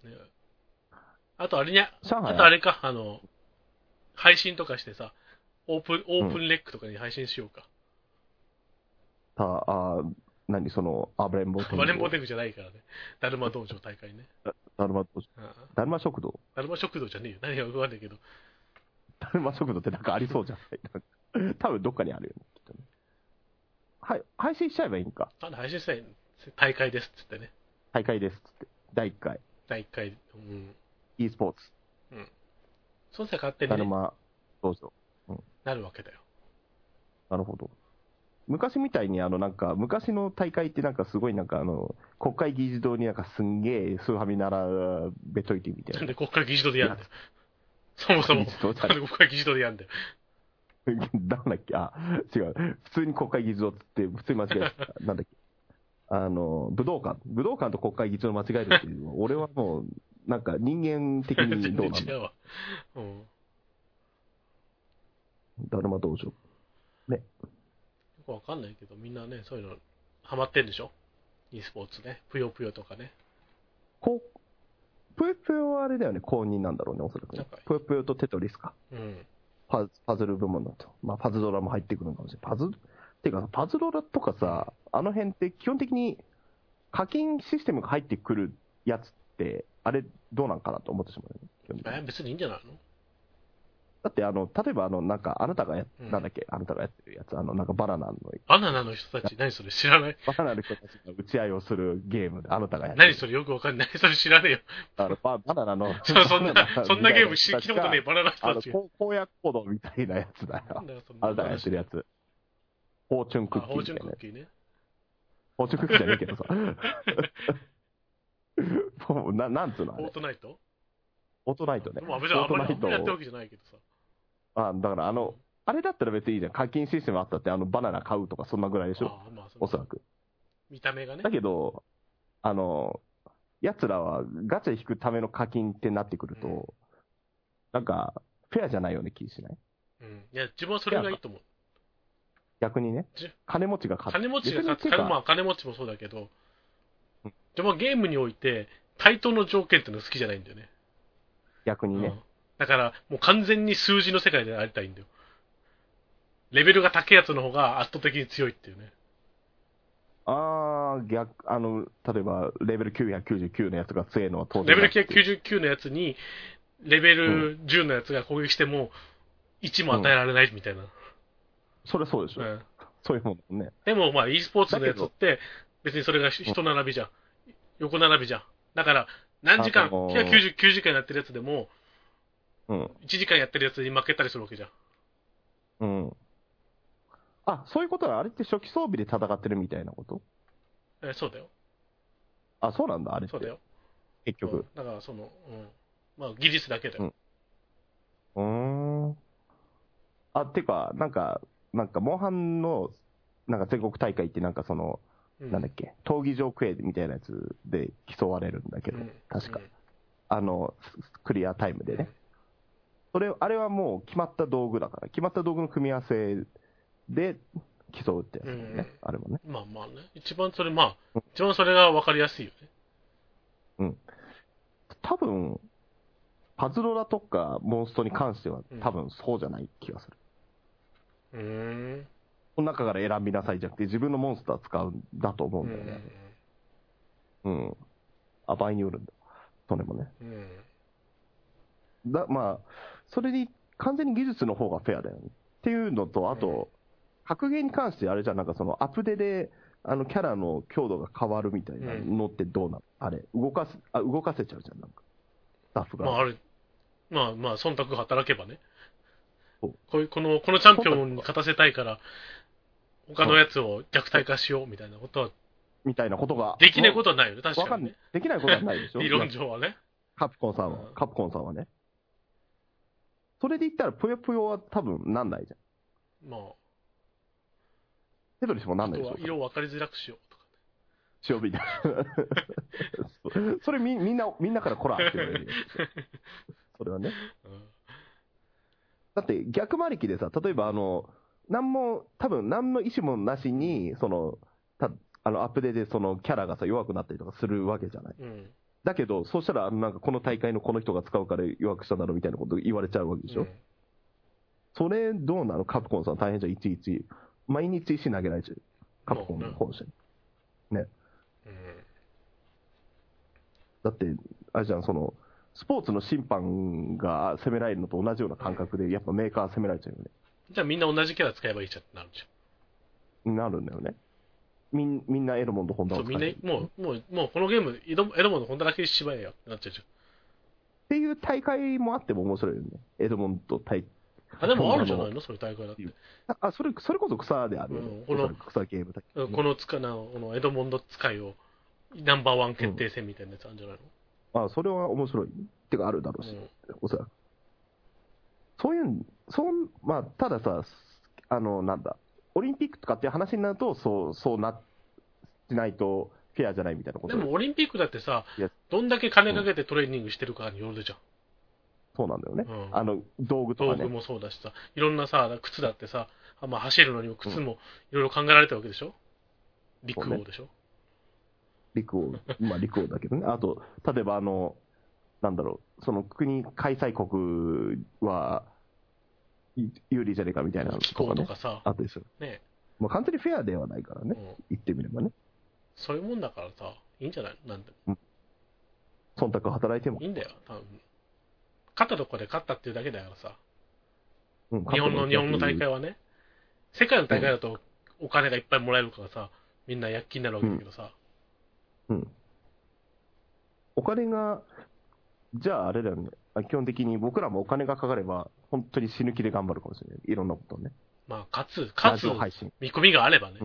S1: ね、あとあれにゃ、
S2: 上
S1: あ
S2: 海
S1: とあれか、あの、配信とかしてさ、オープン、オープンレックとかに配信しようか。
S2: た、あ、何、その、暴れん坊天
S1: バレンボー
S2: 狗
S1: テングじゃないからね。だるま道場大会ね。
S2: だるま、
S1: うん
S2: だるま食堂。 <laughs>
S1: だるま食堂じゃねえよ。何がわかんないけど。
S2: だるま食堂ってなんかありそうじゃない <laughs> 多分どっかにあるよね、きっとね。はい、配信しちゃえばいいんか。
S1: あの配信したい大会ですっつってね。
S2: 大会ですっつって。第1回、
S1: 第1回。うん。
S2: e スポーツ、
S1: そうしたら勝手
S2: だ
S1: に
S2: る
S1: ね、
S2: ま道場。
S1: なるわけだよ。
S2: なるほど。昔みたいに、あの、なんか、昔の大会ってなんかすごいなんか、あの、国会議事堂になんかすんげえ、スーハミなら、べといてみたい
S1: なん
S2: な。
S1: で国会議事堂でやるんだよ。そもそも。
S2: 議事堂じゃ
S1: なん
S2: な
S1: で
S2: い
S1: 国会議事堂でやるんだよ。
S2: <laughs> なんだっけ、あ、違う。普通に国会議事堂っつって、普通に間違え
S1: <laughs>
S2: た。なんだっけ。あの、武道館。武道館と国会議事堂間違えるっていうのは、俺はもう、なんか人間的
S1: 全
S2: にど
S1: 然
S2: うな
S1: <laughs>
S2: ん
S1: 違
S2: だ
S1: うわ。うん。
S2: だるま道場。
S1: よくわかんないけど、みんなね、そういうの、ハマってんでしょ ?e スポーツね。ぷよぷよとかね。
S2: こう、ぷよぷよはあれだよね、公認なんだろうね、おそらくね
S1: なんか。
S2: ぷよぷよとテトリスか。
S1: うん。
S2: パズパズル部門だと。まあ、パズドラも入ってくるのかもしれない。パズ、てか、パズドラとかさ、あの辺って基本的に課金システムが入ってくるやつって、あれどうなんかなと思ってしまうよね基本的に
S1: え、別にいいんじゃないの
S2: だって、あの、例えば、あの、なんか、あなたがや、
S1: うん
S2: なんだっけ、あなたがやってるやつ、あの、なんかバナナの、
S1: バナナの人たち、何それ知らない
S2: バナナの人たちが打ち合いをするゲームで、あなたがやって
S1: 何
S2: る。
S1: それよくわかんない。何それ知らね
S2: <laughs>
S1: えよ。、
S2: あのババナナの
S1: <laughs> そそんな、そんなゲームし聞いたことねえ、
S2: え。
S1: バナナの
S2: あ
S1: 人
S2: の、
S1: たちが。
S2: こう公約行動みたいなやつだよ。
S1: なんだよ、そん
S2: あなたがやってるやつ。フォーチュンク
S1: あ、
S2: ッキ
S1: ホ
S2: ー
S1: ー
S2: み
S1: チ
S2: た
S1: ュン
S2: い
S1: クッ
S2: なやつ。
S1: キーね。
S2: フォーチュンクッキーじゃねえけど
S1: <laughs>
S2: さ。もうななんつうのあ
S1: フォー
S2: れ
S1: トナイト
S2: オートナイトね。
S1: まあ別にあんまりあんまりやってる
S2: オートナイ
S1: わけじゃないけどさ。
S2: トあ、だからあの、あれだったら別にいいじゃん。課金システムあったって、あの、バナナ買うとかそんなぐらいでしょ。
S1: ああ、まあ、そ
S2: おそ
S1: の
S2: らく。
S1: 見た目がね
S2: だ。けど、あの、奴らはガチャ引くための課金ってなってくると、
S1: うん
S2: なんか、フェアじゃないような気しない
S1: うん。いや、自分はそれがいいと思う。
S2: 逆にね
S1: じゅ、
S2: 金持ちが勝つ。
S1: 金持ちが勝つ、
S2: 逆にっていうか
S1: まあ金持ちもそうだけど
S2: うん、
S1: でもゲームにおいて対等の条件っていうのは好きじゃないんだよね。
S2: 逆に
S1: う
S2: ね
S1: ん。だから、もう完全に数字の世界でありたいんだよ。レベルが高いやつの方が圧倒的に強いっていうね。
S2: あー、逆、あの、例えば、レベル999のやつが強いのは当然
S1: レベル
S2: だっていう
S1: 999のやつに、レベル10のやつが攻撃しても、1も与えられないみたいな。
S2: それそうでしょ。
S1: うん
S2: そういうもんね。
S1: でも、まあ、e スポーツのやつって、別にそれが人並びじゃん。横並びじゃん。だから、何時間、
S2: あのー
S1: 999時間やってるやつでも、
S2: うん。
S1: 1時間やってるやつに負けたりするわけじゃん。
S2: うん。あ、そういうことなのあれって初期装備で戦ってるみたいなこと
S1: えそうだよ。
S2: あ、そうなんだ、あれっ
S1: そうだ
S2: て。
S1: よ。
S2: 結局。
S1: うんだから、その、うん。まあ、技術だけだよ。
S2: うーん。あ、てか、なんか、なんか、モンハンの、なんか全国大会って、なんかその、
S1: うん
S2: なんだっけ、闘技場クエみたいなやつで競われるんだけど、
S1: うん
S2: 確か、
S1: うん
S2: あの、スクリアタイムでね。それ、あれはもう決まった道具だから、決まった道具の組み合わせで競うってやつだよね、
S1: うん
S2: あれもね。
S1: まあまあね。一番それ、まあ、一番それが分かりやすいよね。
S2: 多分、パズドラとかモンストに関しては
S1: うん、
S2: 多分そうじゃない気がする。
S1: うーん。
S2: この中から選びなさいじゃなくて、自分のモンスター使うんだと思
S1: う
S2: うんんだよね。うん。あ、場合によるんだ。それもね。
S1: うんうん。
S2: だ、まあ、それに、完全に技術の方がフェアだよね。っていうのと、あと、格ゲーに関して、あれじゃん、なんかそのアップデで、あの、キャラの強度が変わるみたいなのってどうなの、あれ、動かす、あ、動かせちゃうじゃん、なんか。スタッフが。
S1: まあ、あれ、まあまあ、忖度が働けばね。
S2: そう
S1: こういうこの、このチャンピオンに勝たせたいから、他のやつを弱体化しようみたいなことは、
S2: みたいなことが。
S1: できないことはないよね、確
S2: わか
S1: か
S2: ん
S1: に
S2: ない
S1: ね。。
S2: できないことはないでしょ
S1: 理論上はね。
S2: カプコンさんは
S1: うん、
S2: カプコンさんはね。それで言ったら、ぷよぷよは多分なんないじゃん。
S1: まあ、
S2: テトリスもな
S1: あ
S2: んない
S1: と
S2: でしょ
S1: は色を分かりづらくしようとか。
S2: 塩みたいな。そ <laughs> それみみんな、みんなからこらって言われるよ。それはね。
S1: うん
S2: だって逆回りきでさ、例えばあの、なんも、多分何の意思もなしに、その、たあのアップデートでそのキャラがさ、弱くなったりとかするわけじゃない。
S1: うん。
S2: だけど、そうしたら、あのなんかこの大会のこの人が使うから弱くしただろうみたいなこと言われちゃうわけでしょ。
S1: うん
S2: それどうなのカプコンさん大変じゃん、いちいち。毎日石投げられちゃう。カプコンの本社に。
S1: うん
S2: だって、あれじゃん、その、スポーツの審判が責められるのと同じような感覚で、やっぱメーカーは責められちゃうよね。
S1: じゃあみんな同じキャラ使えばいいじゃんってなるじゃん。
S2: なるんだよね。みんみんなエルモンド・ホンダ
S1: そ
S2: を
S1: う、
S2: 使
S1: みんな
S2: って、
S1: もう、もう、もうこのゲーム、エドエドモンの本田だけに縛れよってなっちゃうじ
S2: っていう大会もあっても面白いよね。エルモンド対。
S1: ゃん。あ、でもあるじゃないのそういう大会だって。
S2: ああ、それ、それこそ草であるよね。
S1: うんこの
S2: おそらく草ゲーム大会、
S1: このつかな、このエドモンド使いを、ナンバーワン決定戦みたいなやつあるんじゃない
S2: あ、それは面白い。てか、あるだろうし、
S1: の
S2: おそらく。そういう、そん、まあ、たださ、あの、なんだ、オリンピックとかっていう話になると、そう、そうな、しないとフェアじゃないみたいなこと
S1: でもオリンピックだってさ
S2: いや、
S1: どんだけ金かけてトレーニングしてるかによるじゃん。
S2: そうなんだよね。
S1: うん
S2: あの、道具と
S1: 道
S2: か
S1: 具
S2: ね。
S1: もそうだしさ、いろんなさ、靴だってさ、あまあ、走るのにも靴もいろいろ考えられたわけでしょ陸王でしょ
S2: 陸王、まあ陸王だけどね。あと、例えばあの、なんだろう、その国、開催国は、い有利じゃねえかみたいなの
S1: 気
S2: と
S1: 候
S2: か
S1: と
S2: ね。
S1: かさ、
S2: あとですよ。
S1: ね
S2: まあ完全にフェアではないから
S1: う
S2: ね。
S1: ん、
S2: 言ってみればね。
S1: そういうもんだからさ、いいんじゃないなんでも
S2: 忖度働いても。
S1: いいんだよ、多分勝ったとこで勝ったっていうだけだからさ、
S2: うん
S1: 日本の日本の大会はね、世界の大会だとお金がいっぱいもらえるからさ、みんな躍起になるわけだけどさ、
S2: うん。お金が、じゃああれだよね。あ基本的に僕らもお金がかかれば、本当に死ぬ気で頑張るかもしれない。いろんなことをね。
S1: まあ、勝つ、
S2: ラ
S1: 勝
S2: ジオ配
S1: つ
S2: 信。
S1: 見込みがあればね、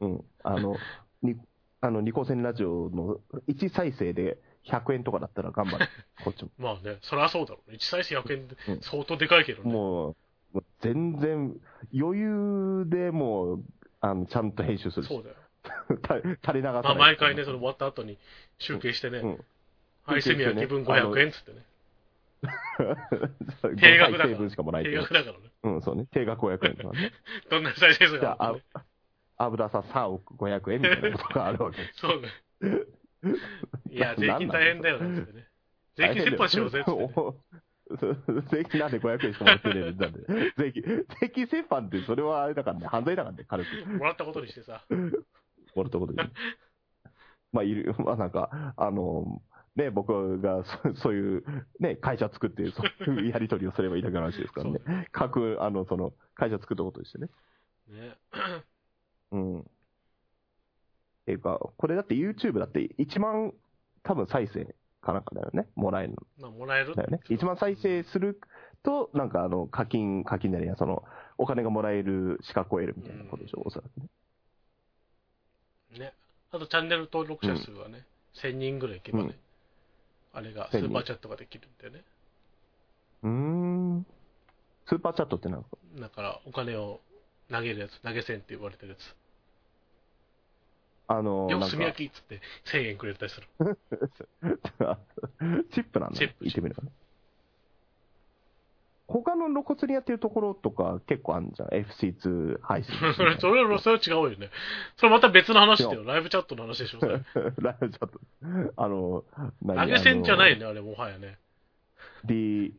S2: うんうん。あの、にあの、ニコ戦ラジオの1再生で100円とかだったら頑
S1: <laughs>
S2: 張る。こっちも。
S1: まあね、そりゃそうだろうね、1再生100円って
S2: うん
S1: 相当でかいけどね。
S2: もう、もう全然、余裕でもう、あの、ちゃんと編集するし。
S1: そうだよ。
S2: <laughs> た垂れ流さない。
S1: まあ、毎回ね、
S2: <laughs>
S1: その終わった後に集計してね、
S2: うん
S1: はい、セミは気分500円っつってね、
S2: そう
S1: 定額だから
S2: 5回分しかもらえて
S1: 定
S2: ない
S1: 額だからね、
S2: うん、そうね。定額500円
S1: <laughs>
S2: とかね。
S1: どんな再生数
S2: じゃ
S1: があ
S2: あ
S1: ってね、、
S2: あ油さ3億500円みたいなことがあるわけ。
S1: そうね。いや、税
S2: な
S1: 金大変だよね、つってね。税金折半しようぜ、つってね、
S2: <laughs> 税金なんで500円しかもらってねえんだって。 <laughs> 税金、税金折半ってそれはあれだからね、犯罪だからね、軽く。
S1: もらったことにしてさ、
S2: 俺とこと
S1: <laughs>
S2: に。まあ、いる、まあなんか、あの、ね、僕が <laughs> そそういう、ね、会社作って、そういうやり取りをすればいいだけの話ですからね。各、あの、その、会社作ったことにしてね。
S1: ね、
S2: うん。っていうか、これだって YouTube だって1万、多分再生かなんかだよね、もらえるの。
S1: まあ、もらえる
S2: だよね。一番再生
S1: す
S2: すると、なんかあの、課金、課金なりや、その、お金がもらえる資格を得るみたいなことでしょ、おそらくね。
S1: ね。あと、チャンネル登録者数はね、1000人ぐらいいけばね、あれが、スーパーチャットができるんだよね。
S2: うーん。スーパーチャットってなんですか
S1: だから、お金を投げるやつ、投げ銭って言われてるやつ。
S2: あの、
S1: よ
S2: な
S1: く炭
S2: んか、
S1: <laughs> 焼きっつって、1000円くれたりする。 <laughs>
S2: チップなんだ、
S1: チップ
S2: 言ってみればね。他の露骨にやってるところとか結構あるじゃん。FC2 配信みたい
S1: <laughs>
S2: な。
S1: それ、それは、それは違うよね。それまた別の話だよ。ライブチャットの話でしょ、それ。
S2: ライブチャット。あの、 <laughs> 何
S1: 投げ銭じゃない
S2: あ
S1: よね、あれ、もはやね。
S2: の ?D、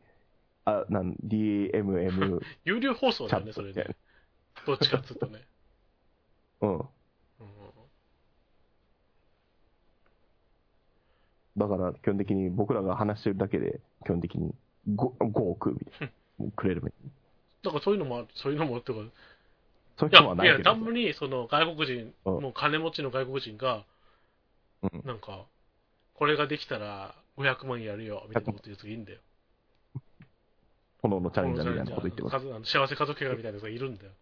S2: あ、なん、DMM、
S1: 有料放送だよね、
S2: チ
S1: <laughs> そ
S2: ャット
S1: れ
S2: みたいな
S1: ね。どっちかっつうとね。
S2: うん。
S1: うん
S2: だから、基本的に僕らが話してるだけで、基本的に 5, 5億みたいな、もうくれるみたいな。
S1: だからそういうのもある、そういうのもっていうか、
S2: <laughs> そう
S1: い
S2: いうのはな
S1: や、
S2: い
S1: い
S2: け
S1: や、
S2: ど
S1: 単。純に、その、外国人、
S2: うん
S1: もう金持ちの外国人が、
S2: うん
S1: なんか、これができたら500万やるよ、みたいなこと言うやつがいいんだよ。
S2: 炎のチャレンジャーみたいなこと言ってます。
S1: 家族あの幸せ家族がみたいなやつがいるんだよ。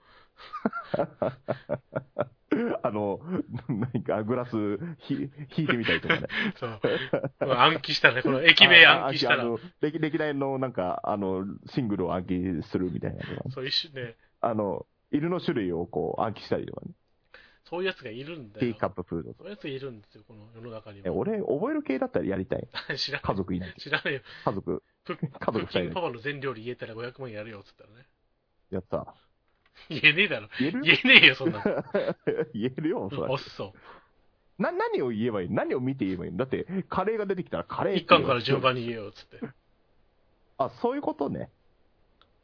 S2: あの、何かグラスひ引いてみたりとかね。
S1: そう。まあ暗記したらね、この <laughs> 駅名
S2: ああ
S1: 暗記した
S2: あ
S1: ら、
S2: の歴歴代のなんか、あの、シングルを暗記するみたいなのとかね
S1: そういうね、
S2: あの、犬の種類をこう暗記したりとかね。
S1: そういうやつがいるんだ
S2: ティ
S1: よ
S2: ー。カッププードル。
S1: そういうやついるんですよ、この世の中に
S2: え
S1: は。
S2: 俺、覚える系だったらやりたい。
S1: <laughs> 知らな
S2: 家
S1: い。
S2: 族いない。
S1: 知らないよ。
S2: 家族、
S1: プッ
S2: 家族
S1: プ
S2: 二
S1: ッキ
S2: 人
S1: ング
S2: で
S1: パパの全料理言えたら500万やるよ、つったらね。
S2: やった。
S1: 言えねえだろ。
S2: 言える
S1: 言えねえよ、そんなの。
S2: <laughs> 言えるよ、それ
S1: おっそ。
S2: な、何を言えばいい何を見て言えばいいのだって、カレーが出てきたらカレーって
S1: 一
S2: 言え
S1: 巻
S2: ば
S1: から順番に言えよ、つって。
S2: あ、そういうことね。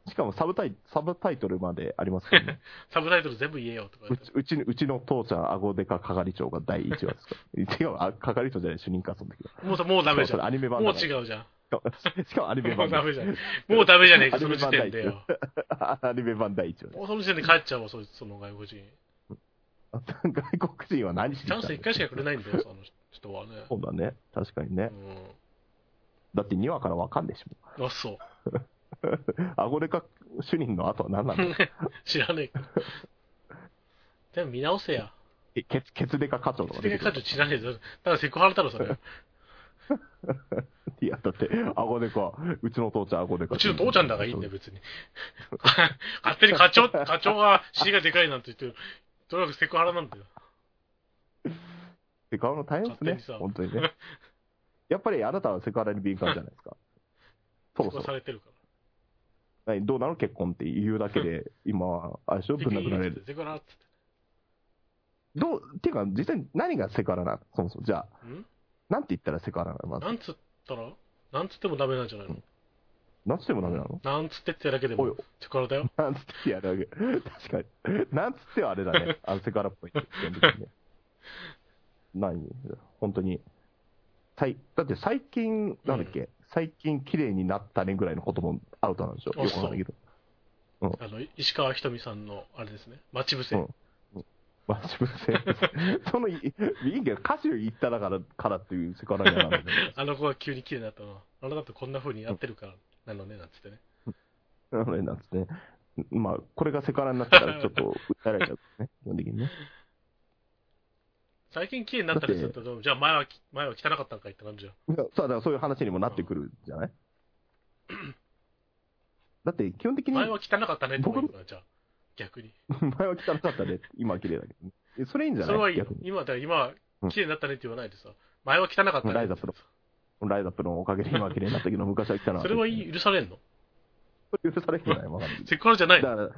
S2: しかもサブタイサブタイトルまでありま
S1: <laughs>
S2: すからね。
S1: サブタイトル全部言えよ、とか
S2: う
S1: 言って
S2: ち。うちうちの父ちゃん、顎でか係長が第1話ですから。違う、あ係長じゃない、主任か、その時は。
S1: もうさもうダメじ
S2: そ
S1: ゃ。
S2: うんそれアニメ
S1: も
S2: 版
S1: う
S2: だから
S1: 違うじゃん。
S2: しかもアニメ
S1: もう
S2: 版だ
S1: ダメじゃん。もうダメじゃ
S2: <laughs>
S1: ねえか、その時点でよ。
S2: アニメ版第1話ね
S1: もうその時点で帰っちゃうわ、そいつその外国人。
S2: あ外国人は何し
S1: チ
S2: てきた
S1: ャ <laughs> ン
S2: んだ
S1: ス一回しかくれないんだよ、その人はね。
S2: そうだね。確かにね。
S1: う
S2: だって2話からわかんでしょ。
S1: ん。あ、そう。
S2: 顎でか主任の後は何な
S1: <laughs>
S2: んだ
S1: 知らねえ
S2: <laughs>
S1: か。でも見直せや。
S2: えケツケツデカ課長と
S1: ス
S2: か
S1: テ
S2: 出
S1: レ
S2: て
S1: カッ
S2: く
S1: ト
S2: る。
S1: 知らねえぞ。だからセクハラだろ、それ。
S2: いや、だって、アゴデカ、うちの父ちゃんアゴデカ。
S1: うちの父ちゃんだからいいんだよ、
S2: よ。
S1: 別に。勝手に課長、課長
S2: <laughs>
S1: が尻がでかいなんて言って、とにかくセクハラなんだよ。
S2: セクハラの大変で
S1: 勝
S2: す
S1: 手にさ
S2: ね。本当にね。やっぱりあなたはセクハラに敏感じゃな
S1: <laughs>
S2: いですか。そろそ
S1: セクハラさ
S2: ろ。
S1: れてるか
S2: 何どうなの結婚って言うだ
S1: <laughs>
S2: けで、今、あれでしょ
S1: ら。
S2: ぶん殴られる。
S1: セクハラっつって。
S2: どう、ていうか、実際に何がセクハラなのそもそも。じゃあ、
S1: ん
S2: なんて言ったらセクハラなのまず
S1: なんつったらなんつってもダメなんじゃないの
S2: なんつってもダメなの
S1: なんつってってだけで
S2: おい
S1: も、セクハラだよ。
S2: なんつってやるわけ。確かに。なんつってはあれだね。あのセクハラっぽいね。基本的にね何本当に。最だって最近、なんだっけ、最近綺麗になったねぐらいのこともアウトなんでしょ
S1: あ
S2: よくわかんないけど。
S1: あの、石川ひとみさんの、あれですね、待ち伏せ。
S2: うんまあ、自分でそのい、いいけど、歌手行っただから、からっていうセクハラにはなるん
S1: <laughs>
S2: だよ
S1: <laughs>
S2: ね
S1: あの子が急に綺麗になったのは、あなたとこんな風にやってるから、なのね、なんつってね。
S2: なので、なんつってね。まあ、これがセクハラになったら、ちょっと、訴えられちゃうね。基本的にね。
S1: 最近綺麗になったりすると、じゃあ前はき、前は汚かったんかいってなんじゃん。
S2: いやそうだからそういう話にもなってくるじゃない、だって基本的に
S1: 前は汚かったねって思うのかな、じゃあ。逆に。
S2: 前は汚かったで、今は綺麗だけどね、えそれいいんじゃ
S1: そ
S2: ない
S1: れはいいよ
S2: 逆。に
S1: 今、だから今は
S2: うん
S1: 綺麗になったねって言わないでさ、前は汚かったね
S2: ラ
S1: っ
S2: イ
S1: て
S2: ザプロライザップのおかげで今は綺麗になったけど、昔は汚かった。
S1: それはいい許されんの
S2: それ許されるんじゃないわかんない。
S1: セクハラじゃない
S2: だ
S1: の
S2: か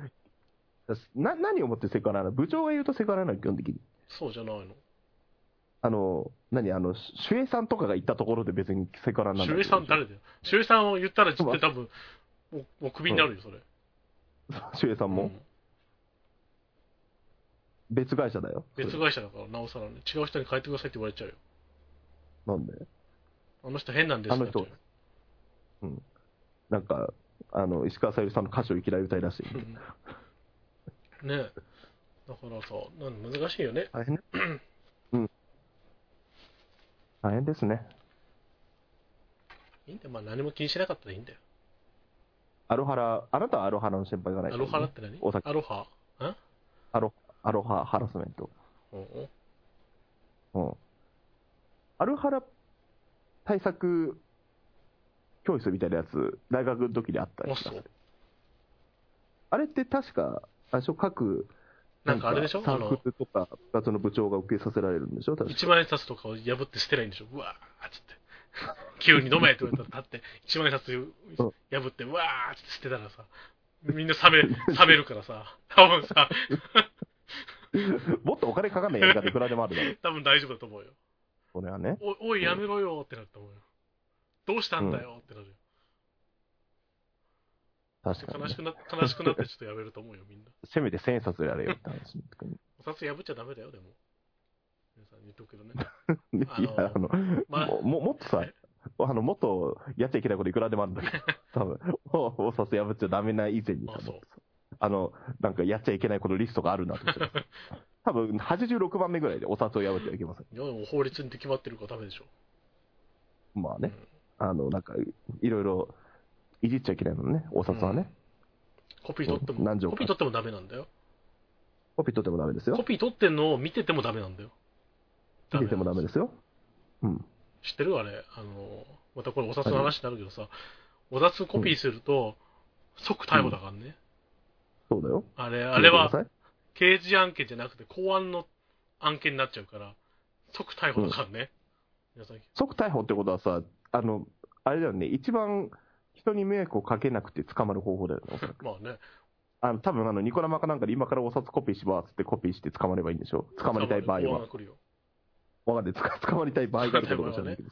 S2: ら、だしな何をもってセクハラなの部長が言うとセクハラなの、基本的に。
S1: そうじゃないの。
S2: あの、何、あの、し守衛さんとかが行ったところで別にセクハラになんない
S1: 守衛さん誰だよ。守衛さんを言ったら、絶対多分、もうもうクビになるよ、それ。
S2: 守衛さ
S1: う
S2: んも
S1: ん
S2: 別会社だよ。
S1: 別会社だから、なおさらね、違う人に変えてくださいって言われちゃうよ。
S2: なんで
S1: あの人変なんです
S2: あの人
S1: ってなっ
S2: なんか、あの、石川さゆりさんの歌詞をいきなり歌い出して、
S1: ちゃうようんねえ。だからさ、なん難しいよね。
S2: 大変ね。うん。大変ですね。
S1: いいんだよ。まあ何も気にしなかったらいいんだよ。
S2: アロハラ、あなたはアロハラの先輩がない、
S1: アロハラって何
S2: お酒
S1: アロハん
S2: アロアロハハラスメント。
S1: うんうん
S2: うん。アロハラ対策教室みたいなやつ、大学の時にあったり
S1: あ
S2: し
S1: そ
S2: ます
S1: う。
S2: あれって確か、あれでしょ各、
S1: なんかあれでしょ
S2: サ
S1: あ
S2: ーク
S1: の、
S2: ルとか、部活の部長が受けさせられるんでしょ確か
S1: 一万円札とかを破って捨てないんでしょ。うわーっつって。急に飲めって言われたら立って、一万円札を破って、うわーっつって捨てたらさ、みんな冷め、冷めるからさ、多分さ、
S2: もっとお金かかんないやり方いくらでもあるだろう。
S1: 多分大丈夫だと思うよ。
S2: これはね。
S1: おおい、やめろよってなると思うよ。どうしたんだよってなるよ。
S2: 確
S1: <laughs>
S2: かに、
S1: 悲し
S2: ね。
S1: くな悲しくなってちょっとやめると思うよ、みんな。
S2: せめて千円札でやれよっ
S1: <laughs>
S2: て話の時に。
S1: お札破っちゃダメだよ、でも。皆さん言っとくけどね。
S2: いや
S1: あ、の
S2: あの、
S1: ま
S2: もももっとさ
S1: え、
S2: あのもっとやっちゃいけないこといくらでもあるんだけ
S1: <laughs>
S2: ど、多分おお札破っちゃダメな以前に
S1: あ
S2: 多分
S1: そう
S2: あの、なんかやっちゃいけないことリストがあるなと
S1: <laughs>
S2: 思ってた。多分86番目ぐらいでお札を破ってはいけません。
S1: いやでも法律に決まってるからダメでしょ。
S2: まあね、あの、なんか、いろいろいじっちゃいけないのね、お札はね。
S1: コピー取って
S2: うん
S1: も、
S2: 何条か
S1: コピー取ってもダメなんだよ。
S2: コピー取ってもダメです
S1: コ
S2: よ。
S1: ピー取ってんのを見ててもダメなんだよ。
S2: 切れてもダメですよ。うん。
S1: 知ってるあれ。あの、またこれお札の話になるけどさ、お札コピーすると、即逮捕だからね。
S2: そうだよ。
S1: あれ、あれ
S2: 見てく
S1: は
S2: ださい
S1: 刑事案件じゃなくて公安の案件になっちゃうから、即逮捕だからね。皆さん、
S2: 即逮捕ってことはさ、あの、あれだよね、一番人に迷惑をかけなくて捕まる方法だよね、おそらく
S1: まあね。
S2: あの多分あのニコ生かなんかで今からお札コピーしますってコピーして捕まればいいんでしょ捕まりたい場合
S1: 公安
S2: は
S1: が。来るよ。
S2: わか <laughs> んない。捕捕まりたい場合があるかどうか知らないけ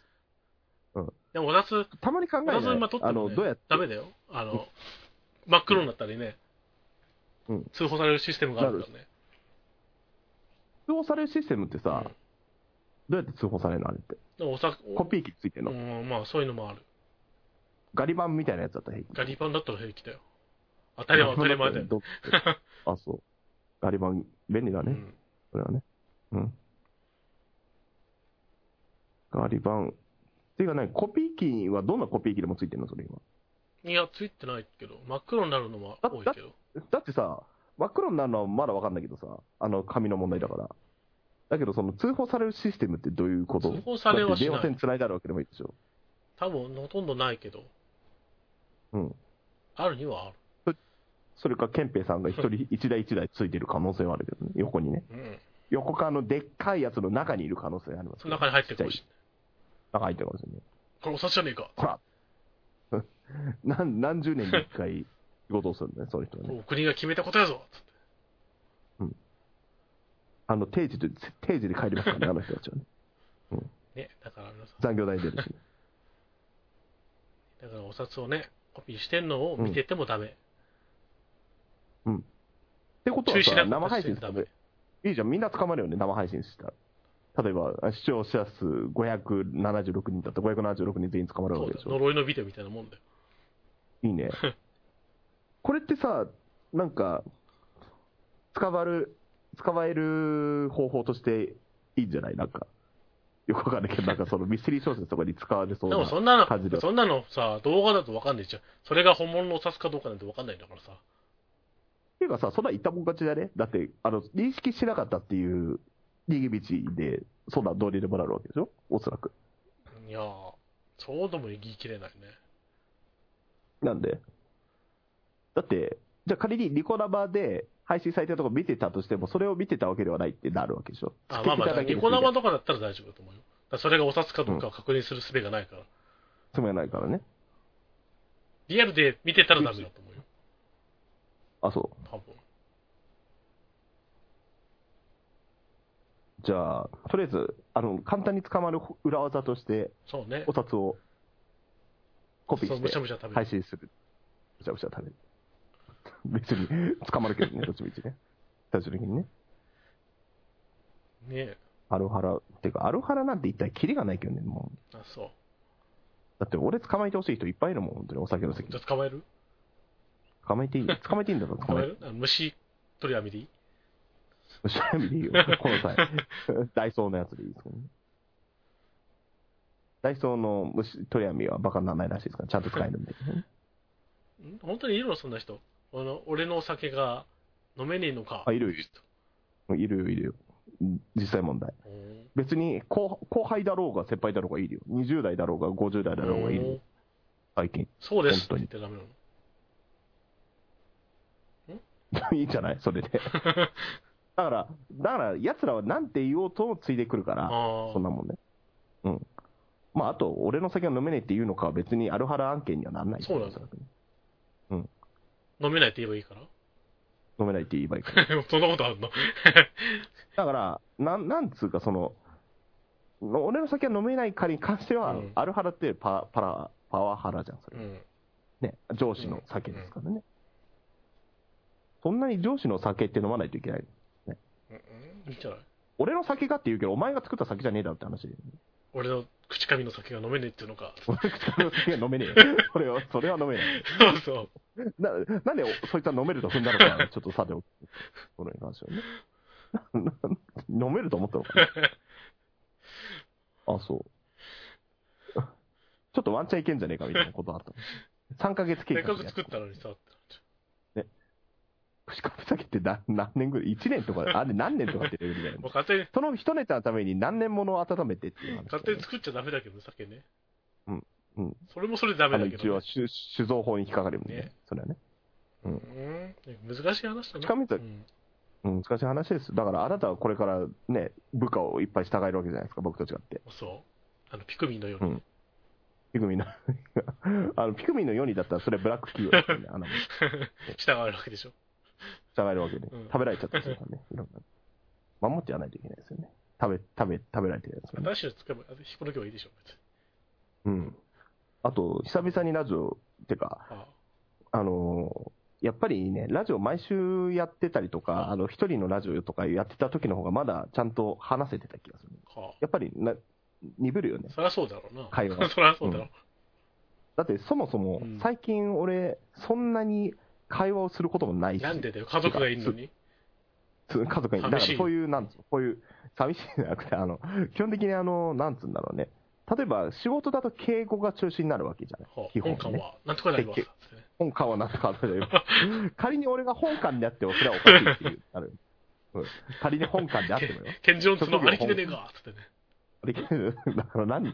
S2: ど。
S1: でもお札、
S2: たまに考え
S1: お
S2: ない
S1: 札今取って
S2: あ
S1: も、
S2: の、
S1: ね、
S2: どうやって、
S1: ダメだよ。あの、真っ黒になったりね、
S2: うん
S1: 通報されるシステムがあるからね。
S2: 通報されるシステムってさ、
S1: うん
S2: どうやって通報されるのあれって。
S1: でもおさ
S2: コピー機ついてんの、
S1: うん、まあそういうのもある。
S2: ガリ版みたいなやつだったら平気。
S1: ガリパンだったら平気だよ。当たり前当たり前だよ。
S2: ど <laughs> あ、そう。ガリ版、便利だ
S1: う
S2: ね。
S1: ん
S2: それはね。うん。ガリ版。っていうかね、コピー機はどんなコピー機でもついてんのそれ今。
S1: いや、ついてないけど、真っ黒になるのも多いけど、
S2: だってさ、真っ黒になるのはまだわかんないけどさ、あの紙の問題だから。だけど、その通報されるシステムってどういうこと
S1: 通報されはしない
S2: だって電話線繋いであるわけでもいいでしょ。
S1: 多分、ほとんどないけど、
S2: うん。
S1: あるにはある。
S2: それか、憲兵さんが一人一台一台ついてる可能性はあるけどね、横にね。
S1: うん。
S2: 横かあのでっかいやつの中にいる可能性あります
S1: その中に入ってるかもしれない。
S2: 中入ってるかもしれない。
S1: これお察しじゃねえか。
S2: ほら何何十年に一回仕事をするんだね、その人はね。
S1: お国が決めたことやぞつって
S2: あの定時で、定時で帰りますからね、あの人たちはね。
S1: ね、だから皆さん、
S2: 残業代出るし、ね。
S1: だからお札をね、コピーしてんのを見ててもダメ。
S2: ってこと
S1: 注
S2: は
S1: 意し
S2: さ、
S1: なか
S2: 生
S1: った
S2: 配
S1: としても
S2: 信す
S1: ダ
S2: る
S1: メ。
S2: いいじゃん、みんな捕まるよね、生配信したら。例えば、視聴者数576人だったら576人全員捕まる
S1: そ
S2: わ
S1: う
S2: け
S1: だよ
S2: でしょ。
S1: 呪いのビデオみたいなもんだよ。
S2: い
S1: <laughs>
S2: いね。これってさ、なんか、捕まる、捕まえる方法としていいんじゃないなんか、よくわかんないけど、なんかそのミステリー小説とかに使われそう
S1: で
S2: な。
S1: もそんな
S2: 感じだ
S1: の、そんなのさ、動画だとわかんないじゃん。それが本物のお札かどうかなんてわかんないんだからさ。
S2: っていうかさ、そんなん言ったもん勝ちだね。だって、あの、認識しなかったっていう逃げ道で、そんなんどうにでもなるわけでしょおそらく。
S1: いやー、そうとも言い切れないね。
S2: なんで。だって、じゃあ仮にニコ生で配信されてるとこ見てたとしても、それを見てたわけではないってなるわけでしょ
S1: あ、まあまあ、だからニコ生
S2: の
S1: とかだったら大丈夫だと思うよ。だからそれがお札かどうかを確認する術がないから。
S2: つもりないからね。
S1: リアルで見てたらダメだと思うよ。
S2: あ、そう。
S1: 多分。
S2: じゃあ、とりあえず、あの、簡単に捕まる裏技として、
S1: そうね
S2: お。札をコピー
S1: そう、
S2: し
S1: むしゃ
S2: て
S1: むしゃ食べ
S2: 配
S1: る。
S2: 信する。むちゃむちゃ食べる。別に捕まるけ
S1: <laughs>
S2: どね、どっちみちね。最終的にね。
S1: ねえ。
S2: アロハラ、てか、アロハラなんて一体キリがないけどね、もう。
S1: あ、そう。
S2: だって俺捕まえてほしい人いっぱいいるもん、本当にお酒の席
S1: じゃあ捕まえる
S2: 捕まえてい
S1: <laughs>
S2: い捕まえていいんだろ、
S1: 捕
S2: 捕
S1: ま
S2: ま
S1: え
S2: えて。
S1: るあ虫取り網でいい <laughs>
S2: 後ろ見でいいよ、この際。 <laughs> ダイソーのやつでいいですけどね。ダイソーの虫取り網はバカにならないらしいですから、ちゃんと使えるんで。
S1: <laughs> ん本当にいるのそんな人。あの俺のお酒が飲めねえのか。
S2: あいるいるいるよ、いるよ。実際問題。
S1: おー
S2: 別に後後輩だろうが先輩だろうがいるよ。20代だろうが50代だろうがいるよ
S1: おー、
S2: 最近。 <laughs>
S1: そうですって
S2: 本当
S1: 言
S2: に
S1: ってダメなの。
S2: いいんじゃないそ
S1: <laughs>
S2: れで。だから、だから、奴らはなんて言おうともついてくるから。
S1: あ
S2: そんなもんね。うん。まあ、あと、俺の酒は飲めねえっていうのかは別にアルハラ案件にはなんない
S1: そうなんだ
S2: おそらくね
S1: あ。飲めないって言えばいいから。 <laughs>
S2: 飲めないって言えばいいから。
S1: そんなことあるの
S2: だから、なん、なんつうか、その、の俺の酒は飲めないかに関しては、
S1: うん
S2: アルハラってパワパラ、パワハラじゃん、それ。
S1: うん。
S2: ね、上司の酒ですからね。そんなに上司の酒って飲まないといけない。
S1: うんいいんじゃない
S2: 俺の酒かって言うけど、お前が作った酒じゃねえだろって話。 <laughs>
S1: 俺の口紙の酒が飲めねえっていうのか。
S2: 俺の酒は飲めねえよ。それは、それは飲めない。
S1: そうそう。
S2: ななんでおそいつは飲めると踏んだの
S1: <laughs>
S2: かな、ちょっとさておき、これに関してはね。 <laughs> なな飲めると思ったの
S1: <laughs>
S2: かな。あ、そう。 <laughs> ちょっとワンチャンいけんじゃねえかみたいなことあった。3ヶ月
S1: せ
S2: 経
S1: っか
S2: 過
S1: く作ったのにさ。
S2: 串カツ酒ってな何年ぐらい ?1 年とか、あれ何年とかってレベルだ
S1: も
S2: よ
S1: う <laughs>
S2: ね。
S1: 勝手に、
S2: その一ネタのために何年ものを温めてっていう話、
S1: 勝手に作っちゃダメだけどね、酒ね。
S2: うんうん。
S1: それもそれでダメ
S2: あの
S1: だけ
S2: 一
S1: ど
S2: 応
S1: ね。
S2: 酒、酒造法に引っかかるんで、ね
S1: ね、
S2: それはね。応
S1: うん。難しい話だね。
S2: 口紙と
S1: うん
S2: うん、難しい話です。だからあなたはこれからね、部下をいっぱい従えるわけじゃないですか、僕と違って。
S1: そう。あの、ピクミンのように。
S2: うんピクミンの <laughs> あの、ピクミンのようにだったら、それはブラック企業で
S1: <laughs>
S2: すよね。あの、
S1: 従うわけでしょ。
S2: 従えるわけで
S1: うん。
S2: 食べられちゃったりするからね。いろんな。守ってやらないといけないですよね。食べ、食べ、食べられてるやつもね、
S1: 新しいの作れば、引っこ抜けばいいでしょ、別に。
S2: うん。あと、久々にラジオ、てか、
S1: あ
S2: あのーやっぱりね、ラジオ毎週やってたりとか、あの、一人のラジオとかやってた時の方が、まだちゃんと話せてた気がする。
S1: あ、は
S2: やっぱりな、鈍るよね
S1: あ。。そりゃそうだろうな。
S2: 会
S1: <laughs>
S2: 話
S1: そりゃそうだろう。
S2: だって、そもそも
S1: うん、
S2: 最近俺、そんなに会話をすることもないし。
S1: なんでだよ、家族がいるのに。
S2: つ家族に、だ
S1: 寂
S2: から
S1: しい
S2: そういう、なんつうの、こういう、寂しいじゃなくて、あの、基本的にあの、なんつうんだろうね。例えば、仕事だと敬語が中心になるわけじゃない。
S1: はあ
S2: 基
S1: 本
S2: 本
S1: 館
S2: ね。
S1: は、なんとかなります。つってね <laughs>
S2: 本館はなんとかあるけど仮に俺が本館になっても、それはおかしいっていう、なる。仮に本館であってもよ。
S1: ケンジロンズの兄貴でねえかっつってね。
S2: できるだから何、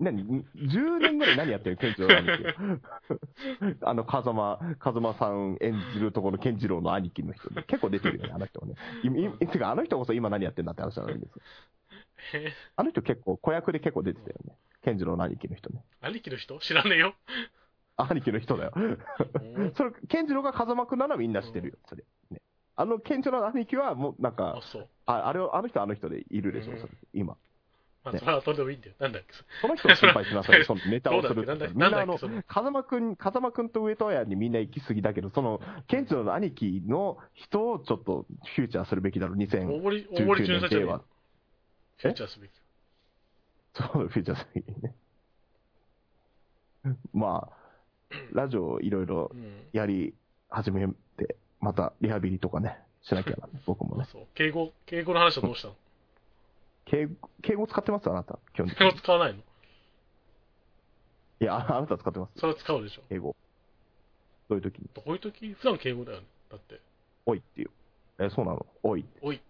S2: 何、10年ぐらい何やってるケンジローの兄貴。 <laughs> あの、風間、風間さん演じるところのケンジローの兄貴の人、結構出てるよね、あの人はね。いいてか、あの人こそ今何やってんだって話なんですよ
S1: え
S2: あの人結構、子役で結構出てたよね。ケンジローの兄貴の人ね。
S1: 兄貴の人知らねえ
S2: <laughs>
S1: よ。
S2: 兄貴の人だよ。
S1: うん
S2: それ、ケンジローが風間くんならみんな知ってるよ、それ。ね。あの、ケンジローの兄貴はもうなん
S1: あ
S2: か、、
S1: そう。
S2: ああれをあの人はあの人でいるでしょ、
S1: うん
S2: それ今。
S1: まあ、
S2: ね
S1: それはそれでもいいんだよ。なんだっけそ
S2: その人を心配しな
S1: <laughs>
S2: さい、そのネタをする
S1: どうだっけ
S2: み
S1: なんんだっけ
S2: なあの
S1: その、
S2: 風間くん、風間くんと上戸彩にみんな行き過ぎだけど、その、ケンチロの兄貴の人をちょっとフューチャーするべきだろ、
S1: れ
S2: 2000。
S1: 大森、大森
S2: 19
S1: 巡査
S2: 年
S1: 長に
S2: では。
S1: フューチャーすべき。
S2: そう、フューチャーするべきね。まあ、ラジオいろいろ
S1: うん。
S2: やり始めて、またリハビリとかね、しなき
S1: <laughs>
S2: ゃな、僕も
S1: あ
S2: ね。
S1: そう。敬語、敬語の話はどうした
S2: <laughs>
S1: の
S2: 敬語敬語使ってますあなた、基本的
S1: 敬語
S2: に。
S1: 使わないの
S2: いや、ああなた使ってます
S1: それは使うでしょ。
S2: 敬語。どういう時に、
S1: どういう時普段敬語だよね。だって。
S2: おいっていう。え、そうなのおい。
S1: おい。
S2: こ